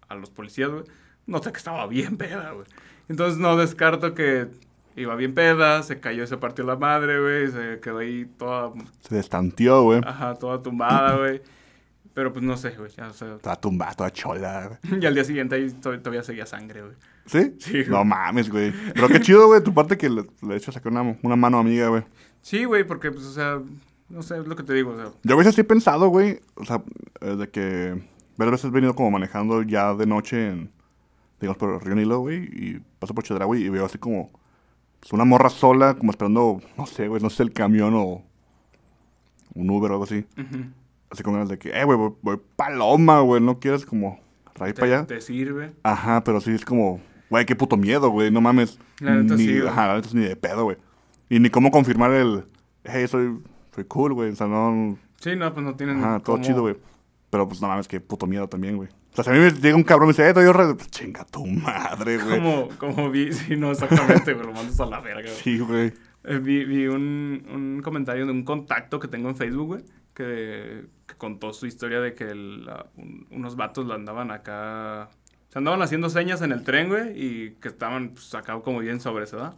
B: a los policías, güey, noté que estaba bien peda, güey. Entonces no descarto que iba bien peda, se cayó, se partió la madre, güey, se quedó ahí toda,
A: Se destanteó, güey.
B: ajá, toda tumbada, güey. Pero pues no sé, güey, ya, o sea,
A: Estaba tumbada, toda chola, güey.
B: y al día siguiente ahí to- todavía seguía sangre, güey.
A: ¿Sí?
B: Sí, güey.
A: No mames, güey. Pero qué chido, güey, tu parte que le, le hecho sacar una, una mano amiga, güey.
B: Sí, güey, porque pues, o sea, no sé, es lo que te digo, o sea,
A: Yo a veces sí he pensado, güey, o sea, eh, de que varias veces he venido como manejando ya de noche en, digamos, por Río Nilo, güey, y paso por Chedra, güey, y veo así como pues, una morra sola, como esperando, no sé, güey, no sé, el camión o un Uber o algo así.
B: ujú,
A: Así con ganas de que, eh, güey, voy, voy paloma, güey, no quieres como raíz
B: te-
A: para allá.
B: te sirve.
A: Ajá, pero sí es como, güey, qué puto miedo, güey, no mames.
B: La neta
A: ni,
B: sí, güey.
A: ajá, la neta es ni de pedo, güey. Y ni cómo confirmar el, hey, soy, soy cool, güey, o sea, no...
B: Sí, no, pues no tienen.
A: Ajá, todo
B: cómo-
A: chido, güey. Pero pues no mames, que puto miedo también, güey. O sea, si a mí me llega un cabrón y me dice, eh, doy re... pues, Chinga tu madre, güey.
B: Como, como vi, sí, no, exactamente, güey, lo mandas a la verga. güey.
A: Sí, güey.
B: Eh, vi vi un, un comentario de un contacto que tengo en Facebook, güey, que, que contó su historia de que la- un- unos vatos la andaban acá. Se andaban haciendo señas en el tren, güey, y que estaban, pues, acá como bien sobre, ¿verdad?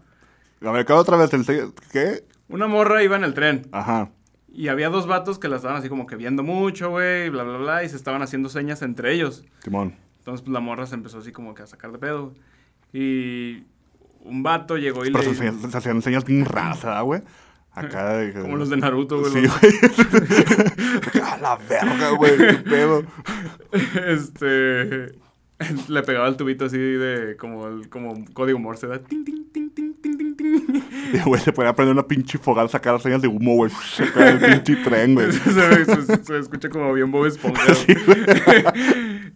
A: A ver, acá otra vez, el... se- ¿qué?
B: Una morra iba en el tren.
A: Ajá.
B: Y había dos vatos que la estaban así como que viendo mucho, güey, y bla, bla, bla, y se estaban haciendo señas entre ellos.
A: Simón.
B: Entonces, pues, la morra se empezó así como que a sacar de pedo. güey. Y un vato llegó y
A: Pero se
B: le...
A: hacían- se hacían señas bien raza, güey. Acá de que-
B: Como los de Naruto, güey.
A: Sí,
B: los-
A: güey. A la verga, güey. Qué pedo.
B: Este. Le pegaba el tubito así de. Como, el- como código morse. ¿verdad? Tin, tin, tin, tin, tin, tin, tin.
A: Y, güey, se ponía a prender una pinche fogata, sacar las señas de humo, güey. Se cae el pinche tren, güey.
B: se, ve- se- se escucha como bien Bob Esponja. güey.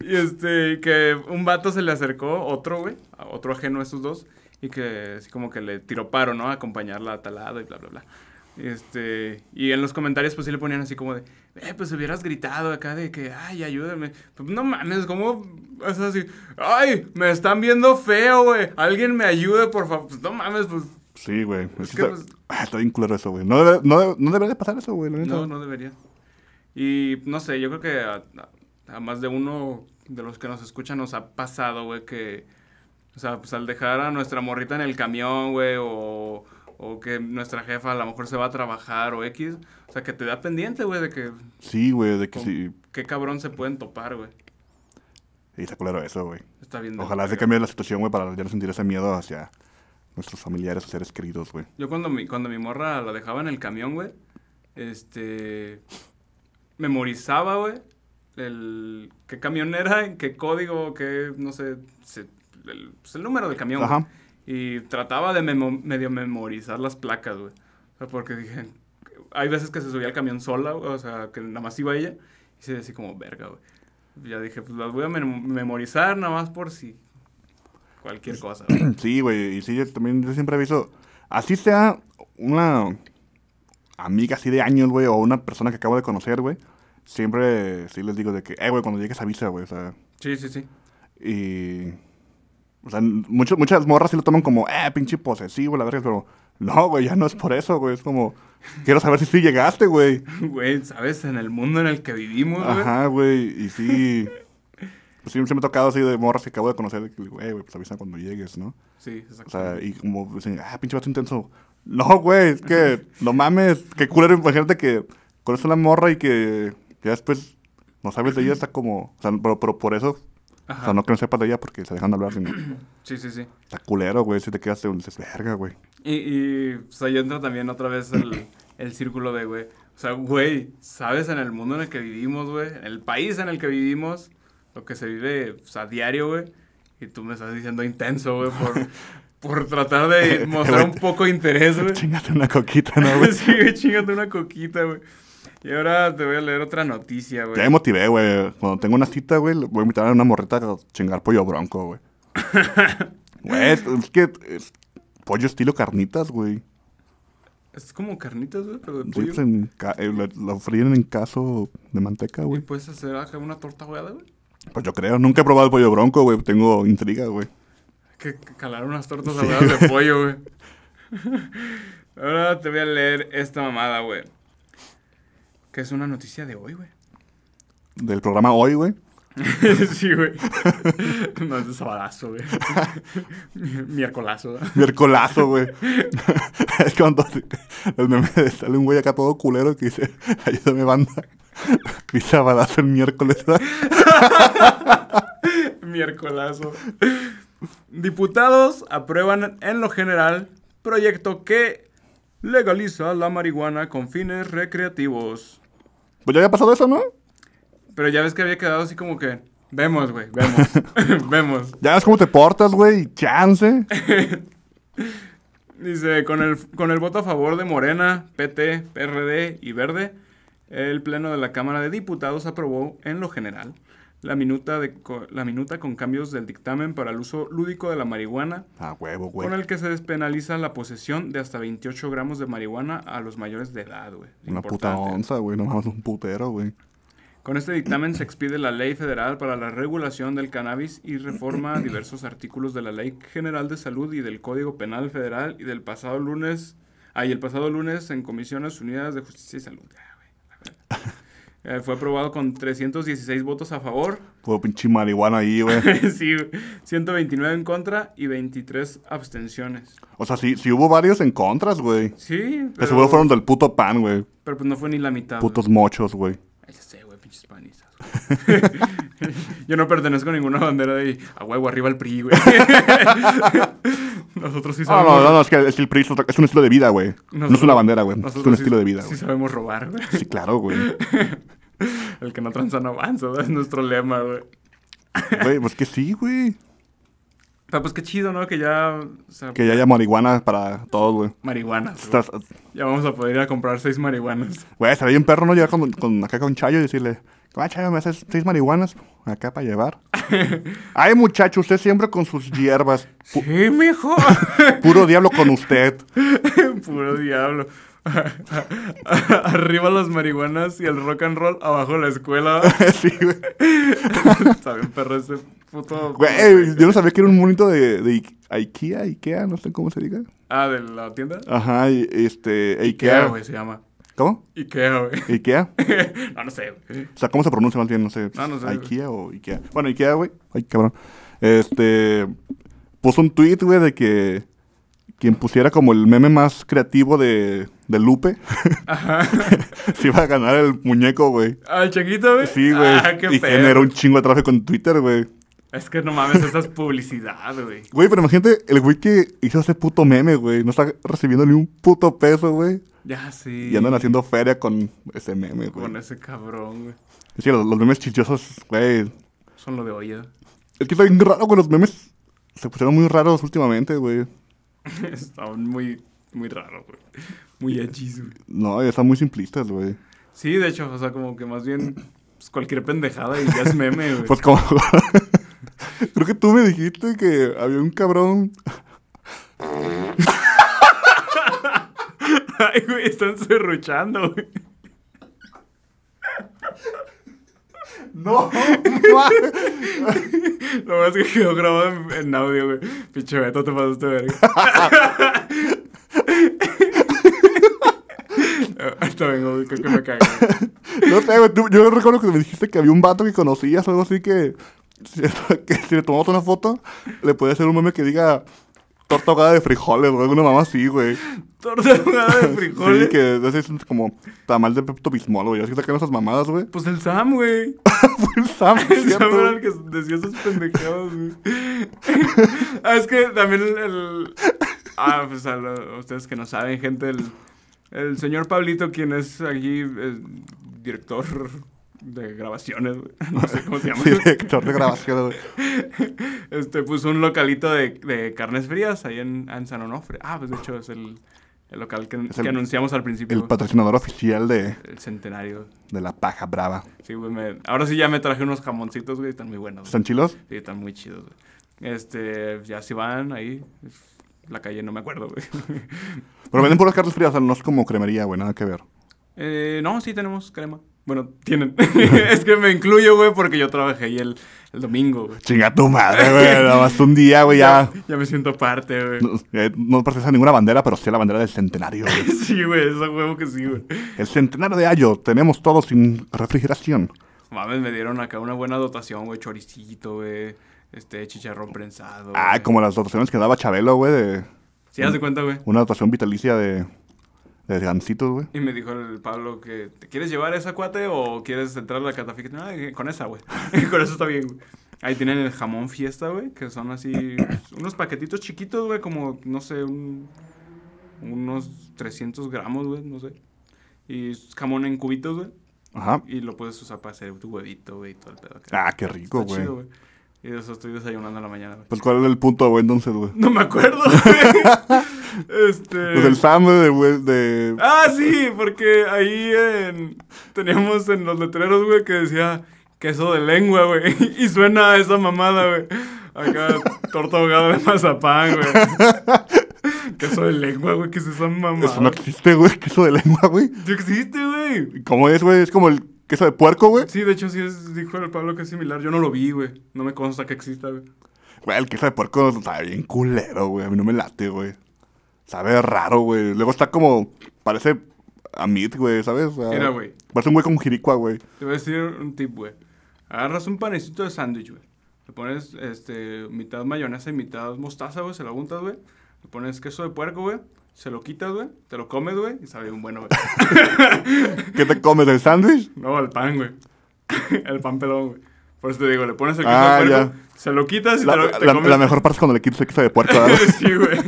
B: y este. Que un vato se le acercó, otro, güey. a Otro ajeno a estos dos. Y que así como que le tiró paro, ¿no? A acompañarla a talado y bla, bla, bla. Este, y en los comentarios pues sí le ponían así como de, eh, pues hubieras gritado acá de que, ay, ayúdame. Pues no mames, como, es así, ay, me están viendo feo, güey, alguien me ayude, por favor. Pues no mames, pues
A: Sí, güey. Es
B: que,
A: que
B: pues-
A: está, ah, está bien culero eso, güey. No debe, no, debe- no debería de pasar eso, güey. la neta.
B: no, no debería. Y no sé, yo creo que a- a, a más de uno de los que nos escuchan nos ha pasado, güey, que, o sea, pues al dejar a nuestra morrita en el camión, güey, o, o que nuestra jefa a lo mejor se va a trabajar o X, o sea, que te da pendiente, güey, de que
A: Sí, güey, de que
B: Con-
A: sí.
B: Qué cabrón se pueden topar, güey.
A: Y está culero eso, güey.
B: Está bien. de la
A: Ojalá se
B: verga.
A: cambie la situación, güey, para ya no sentir ese miedo hacia nuestros familiares o seres queridos, güey.
B: Yo cuando mi, cuando mi morra la dejaba en el camión, güey, este... Memorizaba, güey, el... ¿Qué camión era? ¿Qué código? ¿Qué, no sé? se- el, pues, el número del camión,
A: Ajá.
B: güey. Y trataba de memo- medio memorizar las placas, güey. O sea, porque dije... Hay veces que se subía al camión sola, güey, o sea, que nada más iba ella. Y se decía como, verga, güey. Ya dije, pues las voy a mem- memorizar nada más por si... Cualquier cosa, güey.
A: Sí, güey, y sí, yo también yo siempre aviso, así sea una amiga así de años, güey, o una persona que acabo de conocer, güey, siempre sí les digo de que, eh, güey, cuando llegues avisa, güey, o sea,
B: Sí, sí, sí.
A: y... O sea, mucho- muchas morras sí lo toman como, eh, pinche posesivo, la verga, pero no, güey, ya no es por eso, güey, es como, quiero saber si sí llegaste, güey.
B: Güey, ¿sabes? En el mundo en el que vivimos, güey.
A: Ajá, güey, y sí... Pues siempre me ha tocado así de morras que acabo de conocer, de que, güey, güey, pues avisa cuando llegues, ¿no?
B: Sí,
A: O
B: exacto.
A: sea, y como dicen, ah, pinche vato intenso. No, güey, es que no mames, qué culero. Imagínate que conoces a una morra y que ya después no sabes de ella, está como. O sea, pero, pero por eso, o
B: Ajá.
A: sea, no que no sepas de ella porque se dejan de hablar. sino-
B: Sí, sí, sí.
A: está culero, güey, si te quedas de un dices, verga, güey.
B: Y, y o sea, ahí entra también otra vez el, el círculo de, güey. O sea, güey, ¿sabes? En el mundo en el que vivimos, güey. En el país en el que vivimos. Lo que se vive, o sea, a diario, güey. Y tú me estás diciendo intenso, güey, por, por tratar de mostrar un poco de interés, güey.
A: Chingate una coquita, ¿no, güey?
B: Sí, güey, chingate una coquita, güey. Y ahora te voy a leer otra noticia, güey.
A: Ya me motivé, güey. Cuando tengo una cita, güey, le voy a invitar a una morrita a chingar pollo bronco, güey. Güey, es, es que. es pollo estilo carnitas, güey.
B: Es como carnitas, güey, pero de
A: Sí,
B: pollo.
A: pues, en ca- eh, lo, lo fríen en caso de manteca,
B: ¿Y
A: güey.
B: puedes hacer acá una torta ahogada, güey?
A: Pues yo creo, nunca he probado el pollo bronco, güey. Tengo intriga, güey.
B: Que que calaron unas tortas ahogadas de pollo, güey. Ahora te voy a leer esta mamada, güey. Que es una noticia de hoy, güey.
A: Del programa hoy, güey.
B: sí, güey. No es de sabadazo, güey. Mi- Miércolazo. ¿verdad?
A: Miércolazo, güey. es cuando los memes de- sale un güey acá todo culero que dice, ayúdame banda. Mi sabadazo el miércoles. Pues ¿verdad?
B: Miércolazo. Diputados aprueban en lo general proyecto que legaliza la marihuana con fines recreativos.
A: pues ya había pasado eso, ¿no?
B: Pero ya ves que había quedado así como que... Vemos, güey, vemos. vemos.
A: Ya ves cómo te portas, güey. y Chance.
B: Dice, con el, con el voto a favor de Morena, PT, PRD y Verde, el Pleno de la Cámara de Diputados aprobó en lo general la minuta, de, co- la minuta con cambios del dictamen para el uso lúdico de la marihuana,
A: Ah, huevo, güey.
B: con el que se despenaliza la posesión de hasta 28 gramos de marihuana a los mayores de edad, güey.
A: Una puta
B: Importante.
A: onza, güey. No mames, un putero, güey.
B: Con este dictamen se expide la Ley Federal para la Regulación del Cannabis y reforma diversos artículos de la Ley General de Salud y del Código Penal Federal y del pasado lunes, ay, el pasado lunes en Comisiones Unidas de Justicia y Salud. Ya, güey, la verdad. Eh, fue aprobado con 316 votos a favor,
A: Puro pinche marihuana ahí, güey.
B: sí, 129 en contra y 23 abstenciones.
A: O sea, sí, sí hubo varios en contras, güey.
B: Sí,
A: De
B: pero,
A: seguro fueron del puto pan, güey.
B: pero pues no fue ni la mitad. güey.
A: Putos mochos, güey.
B: Ay, ya sé, güey, Pinches panizas. güey. Yo no pertenezco a ninguna bandera de a huevo arriba el PRI, güey. Nosotros sí
A: No,
B: sabemos.
A: no, no, no, es que es el PRI es, otra- es un estilo de vida, güey. No es
B: Nosotros-
A: una bandera, güey. Es
B: nosotros
A: un
B: sí-
A: estilo de vida,
B: Sí
A: güey.
B: sabemos robar, güey.
A: Sí, claro, güey.
B: El que no tranza no avanza, ¿verdad? es nuestro lema, güey.
A: Güey, pues que sí, güey.
B: Pero pues qué chido, ¿no? Que ya. o sea,
A: Que ya haya marihuana para todos, güey.
B: Marihuanas. güey.
A: Estás-
B: Ya vamos a poder ir a comprar seis marihuanas.
A: Güey, estaría bien perro, ¿no? Llegar con, con- acá con Chayo y decirle, ah, Chayo, me haces seis marihuanas acá para llevar. Ay, muchacho, usted siempre con sus hierbas. Pu-
B: Sí, mijo.
A: puro diablo con usted.
B: Puro diablo. Arriba las marihuanas y el rock and roll, abajo la escuela.
A: sí, güey.
B: Saben, perro, ese puto.
A: Güey, yo no sabía que era un monito de, de I- Ikea, Ikea, no sé cómo se diga.
B: Ah, de la tienda.
A: Ajá, y, este,
B: Ikea,
A: Ikea.
B: güey, se llama.
A: ¿Cómo?
B: Ikea, güey.
A: Ikea.
B: no, no sé, güey.
A: O sea, ¿cómo se pronuncia más bien? No sé.
B: Ah, No, no sé,
A: Ikea o Ikea. Bueno, Ikea, güey. Ay, cabrón. Este. Puso un tweet, güey, de que. Quien pusiera como el meme más creativo de, de Lupe. se iba a ganar el muñeco, güey.
B: Ah, el chiquito, güey.
A: Sí, güey.
B: Ah, qué
A: y
B: pedo.
A: generó un chingo de tráfico en Twitter, güey.
B: Es que no mames, esa es publicidad, güey.
A: Güey, pero imagínate el güey que hizo ese puto meme, güey. No está recibiendo ni un puto peso, güey.
B: Ya sí.
A: Y andan haciendo feria con ese meme, güey.
B: Con ese cabrón, güey.
A: Es que los, los memes chichosos, güey.
B: Son lo de hoy, ¿eh?
A: Es que está bien raro, güey. Los memes se pusieron muy raros últimamente, güey.
B: Estaban muy, muy raro, güey. Muy edgys, güey.
A: No, están muy simplistas, güey.
B: Sí, de hecho, o sea, como que más bien pues, cualquier pendejada y ya es meme, güey.
A: Pues como... Creo que tú me dijiste que había un cabrón...
B: Ay, güey, están serruchando, güey.
A: ¡No!
B: Lo más que quedó grabado en, en audio, güey. Pinche Beto, te pasaste verga. Ahorita vengo, güey, creo que me cagué.
A: no sé, güey. tú- Yo recuerdo que me dijiste que había un vato que conocías, algo así que... Que si le tomamos una foto, le puede hacer un meme que diga... Torta ahogada de frijoles, güey. Alguna mamá así, güey.
B: Torta ahogada de frijoles.
A: Sí, que es como tamal de Pepto Bismol, güey. Así que sacan esas mamadas, güey.
B: Pues el Sam, güey.
A: Fue el Sam,
B: El Sam
A: ¿cierto?
B: era el que decía esas pendejadas, güey. ah, es que también el... el- Ah, pues a lo- ustedes que no saben, gente, el, el señor Pablito, quien es aquí eh, director de grabaciones, güey. no sé cómo se llama.
A: Sí, director de grabación, güey.
B: Este, puso un localito de, de carnes frías ahí en, en San Onofre. Ah, pues de hecho es el, el local que,
A: Es el-
B: que anunciamos al principio.
A: El
B: güey.
A: patrocinador oficial de,
B: El centenario.
A: de la paja brava.
B: Sí, güey, me- ahora sí ya me traje unos jamoncitos, güey, están muy buenos. güey.
A: ¿Están chilos?
B: Sí, están muy chidos, güey. Este, ya si van ahí, es- la calle no me acuerdo, güey.
A: Pero venden puras cartas frías, o sea, no es como cremería, güey, nada que ver.
B: Eh, no, sí tenemos crema. Bueno, tienen. es que me incluyo, güey, porque yo trabajé ahí el, el domingo, güey.
A: Chinga tu madre, güey. Nada más un día, güey, Oh, ya.
B: Ya me siento parte, güey.
A: No, eh, no pertenece a ninguna bandera, pero sí a la bandera del centenario, güey.
B: Sí, güey, eso huevo que sí, güey.
A: El centenario de Ayo, tenemos todo sin refrigeración.
B: Mames, me dieron acá una buena dotación, güey. Choricito, güey. Este, chicharrón prensado.
A: Ah,
B: güey.
A: como las dotaciones que daba Chabelo, güey, de
B: Sí, haz de cuenta, güey.
A: una dotación vitalicia de, de gancitos, güey.
B: Y me dijo el Pablo que, ¿te quieres llevar esa cuate o quieres entrar a la catafica? No, eh, con esa, güey. con eso está bien, güey. Ahí tienen el jamón fiesta, güey, que son así pues, unos paquetitos chiquitos, güey, como, no sé, un- unos 300 gramos, güey, no sé. Y es jamón en cubitos, güey.
A: Ajá.
B: Y lo puedes usar para hacer tu huevito, güey, y todo el pedo. acá.
A: Ah, qué rico,
B: Está
A: güey.
B: chido, güey. Y de eso estoy desayunando en la mañana, güey.
A: Pues, ¿cuál era el punto, güey, entonces, güey?
B: No me acuerdo, güey. este...
A: Pues el Sam, güey, de... güey, de-
B: Ah, sí, porque ahí en... teníamos en los letreros, güey, que decía queso de lengua, güey. Y suena a esa mamada, güey. Acá, torta ahogada de mazapán, güey. queso de lengua, güey, que es esa mamada.
A: Eso no existe, güey, queso de lengua, güey.
B: Sí existe, güey.
A: ¿Cómo es, güey? Es como el queso de puerco, güey.
B: Sí, de hecho, sí es, dijo el Pablo que es similar. Yo no lo vi, güey. No me consta que exista, güey.
A: Güey, el queso de puerco sabe bien culero, güey. A mí no me late, güey. Sabe raro, güey. Luego está como... Parece a meat, güey, ¿sabes? O sea,
B: Mira, güey.
A: Parece un güey con jiricua, güey.
B: Te voy a decir un tip, güey. Agarras un panecito de sándwich, güey. Le pones este, mitad mayonesa y mitad mostaza, güey. Se la untas, güey. Le pones queso de puerco, güey. Se lo quitas, güey. Te lo comes, güey. Y sabe un bueno, güey.
A: ¿Qué te comes, el sándwich?
B: no, al pan, güey. el pan pelón, güey. Por eso te digo, le pones el queso
A: Ah,
B: de
A: ya.
B: puerco, se lo quitas y
A: La,
B: te lo te
A: la-
B: comes-
A: la mejor parte es cuando le quitas el queso de puerco. ¿verdad?
B: sí, güey.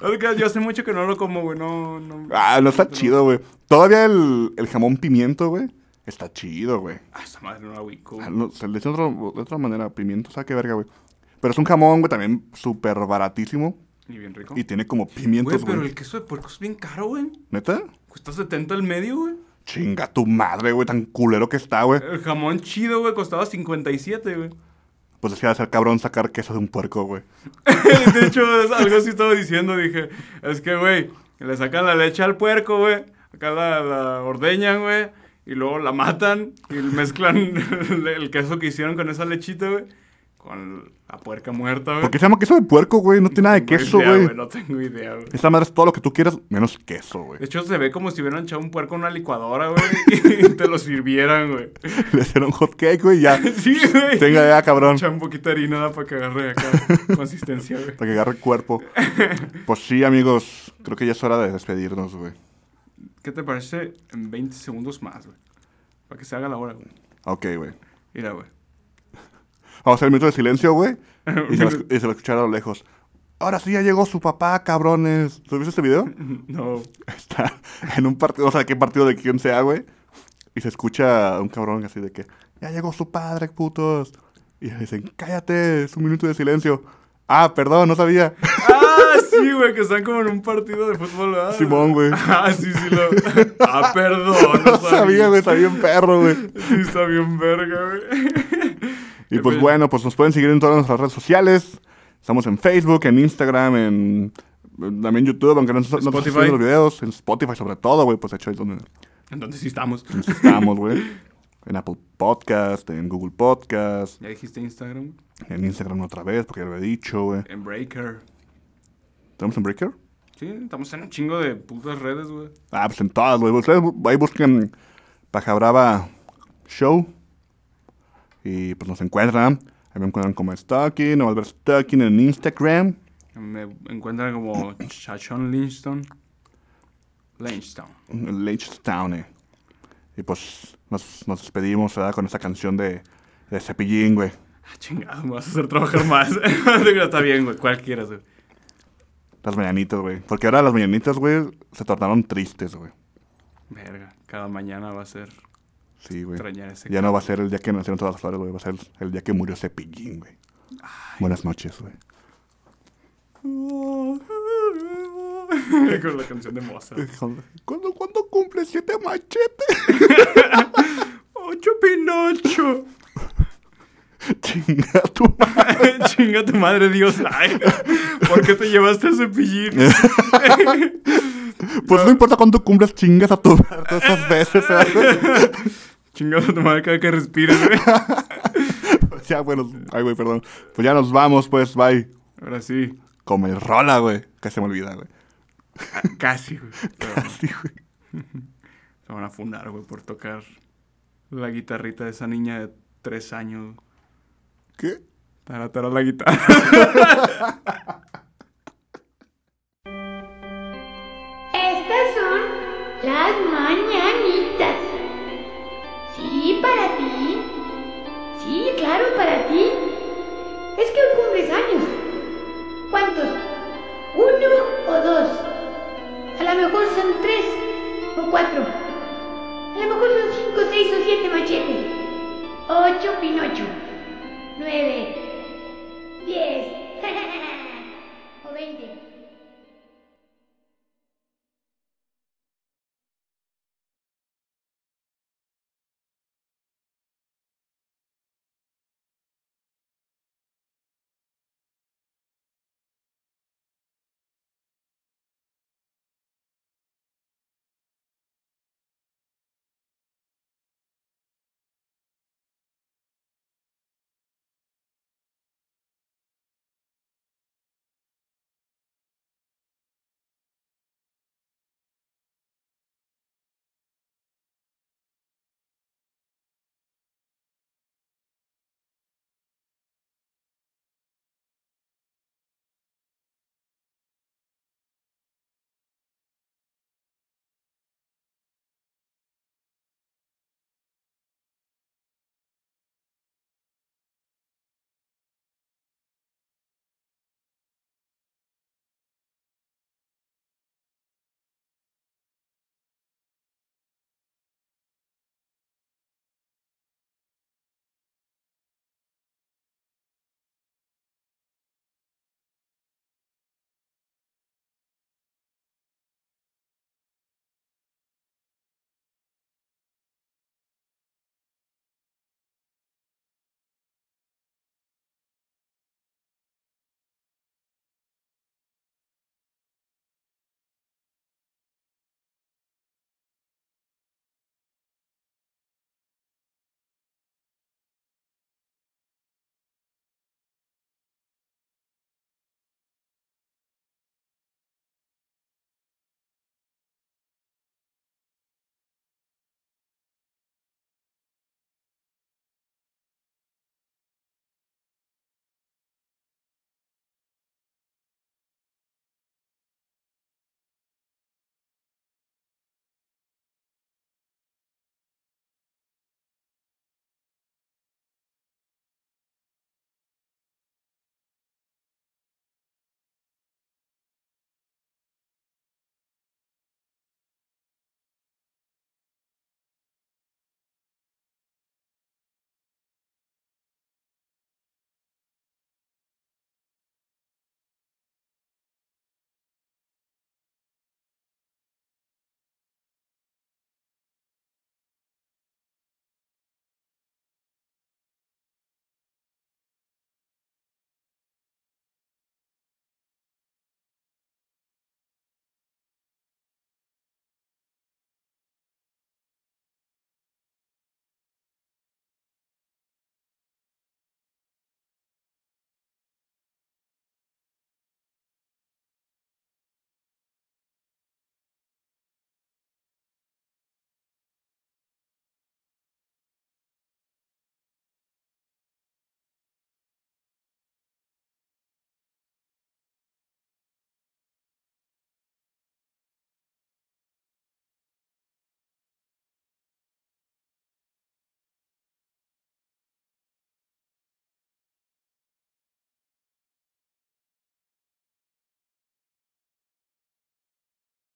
B: No te creas, yo hace mucho que no lo como, güey. No, no.
A: ah, no está chido, güey. Todavía el, el jamón pimiento, güey. Está chido, güey.
B: Ah, esa madre no la ubico.
A: Ah, no, se le dice de otro- de otra manera, pimiento, ¿sabes qué verga, güey? Pero es un jamón, güey, también súper baratísimo.
B: Ni bien rico.
A: Y tiene como
B: Güey,
A: pimientos,
B: pero
A: güey.
B: el queso de puerco es bien caro, güey.
A: ¿Neta?
B: Cuesta 70 al medio, güey.
A: Chinga tu madre, güey, tan culero que está, güey.
B: El jamón chido, güey, costaba 57, güey.
A: Pues decía de ser cabrón sacar queso de un puerco, güey.
B: de hecho, es algo así estaba diciendo. Dije, es que, güey, le sacan la leche al puerco, güey. Acá la, la ordeñan, güey. Y luego la matan y mezclan el, el queso que hicieron con esa lechita, güey. Con la puerca muerta, güey.
A: ¿Por qué se llama queso de puerco, güey? No tiene nada de
B: Tengo
A: queso,
B: idea,
A: güey.
B: No tengo idea, güey.
A: Esa madre es todo lo que tú quieras, menos queso, güey.
B: De hecho, se ve como si hubieran echado un puerco en una licuadora, güey. y te lo sirvieran, güey.
A: Le hicieron hot cake, güey, y ya.
B: Sí, güey.
A: Tenga ya, cabrón.
B: Echa un poquito de harina para que agarre acá consistencia, güey.
A: Para que agarre el cuerpo. Pues sí, amigos. Creo que ya es hora de despedirnos, güey.
B: ¿Qué te parece en 20 segundos más, güey? Para que se haga la hora, güey.
A: Ok, güey.
B: Mira, güey.
A: Vamos a hacer el minuto de silencio, güey. Y se va a escu- y se va a escuchar a lo lejos. Ahora sí ya llegó su papá, cabrones. ¿Tú viste este video?
B: No.
A: Está en un partido, o sea, qué partido de quién sea, güey. Y se escucha un cabrón así de que, ya llegó su padre, putos. Y le dicen, cállate, es un minuto de silencio. Ah, perdón, no sabía.
B: Ah, sí, güey, que están como en un partido de fútbol, ¿verdad?
A: Simón, güey.
B: Ah, sí, sí, lo. Ah, perdón.
A: No sabía, güey, está bien perro, güey.
B: Sí, está bien verga, güey.
A: Y
B: Qué
A: pues
B: pe-
A: bueno, pues nos pueden seguir en todas nuestras redes sociales. Estamos en Facebook, en Instagram, en en- también YouTube, aunque no, no estamos
B: Spotify.
A: subiendo los videos, en Spotify sobre todo, güey, pues de hecho es donde
B: Entonces sí estamos.
A: estamos, güey. En Apple Podcast, en Google Podcast,
B: Ya dijiste Instagram.
A: en Instagram otra vez, porque ya lo he dicho, güey.
B: En Breaker.
A: ¿Tenemos en Breaker?
B: Sí, estamos en un chingo de putas redes, güey.
A: Ah, pues en todas, güey. Ustedes bu- ahí busquen Paja Brava Show. Y pues nos encuentran. Ahí me encuentran como Stocking o Albert Stocking en Instagram.
B: Me encuentran como Chachon Linston. Linston.
A: Leechtown. eh. Y pues nos, nos despedimos ¿verdad? con esta canción de, de Cepillín, güey.
B: Ah, chingado, me vas a hacer trabajar más. Está bien, güey, cualquiera, güey.
A: Las mañanitas, güey. Porque ahora las mañanitas, güey, se tornaron tristes, güey.
B: Verga, cada mañana va a ser
A: Sí, güey.
B: extrañar ese.
A: Ya no va a ser el día que nacieron todas las flores, güey. Va a ser el día que murió Cepillín, güey. Buenas noches, güey.
B: Con la canción de Mozart.
A: ¿Cuándo, ¿Cuándo cumple siete machetes?
B: ¡Ocho Pinocho!
A: Chinga tu madre.
B: Chinga tu madre, Dios. Ay, ¿Por qué te llevaste a cepillín?
A: Pues no importa cuándo cumples, chingas a tu madre todas esas veces. ¿verdad?
B: Chinga a tu madre cada que respires, güey.
A: Pues ya, bueno. Ay, güey, perdón. Pues ya nos vamos, pues, bye.
B: Ahora sí.
A: Como el rola, güey. Que se me olvida, güey.
B: Ah, Casi, güey. Pero
A: Así, güey.
B: Se van a funar, güey, por tocar la guitarrita de esa niña de tres años.
A: ¿Qué?
B: Tara, tara la guitarra.
D: Estas son las mañanitas. Sí, para ti. Sí, claro, para ti. Es que hoy cumples años. ¿Cuántos? ¿Uno o dos? A lo mejor son tres o cuatro. A lo mejor son cinco, seis o siete machetes. Ocho pinocho. Nueve. Diez. o veinte.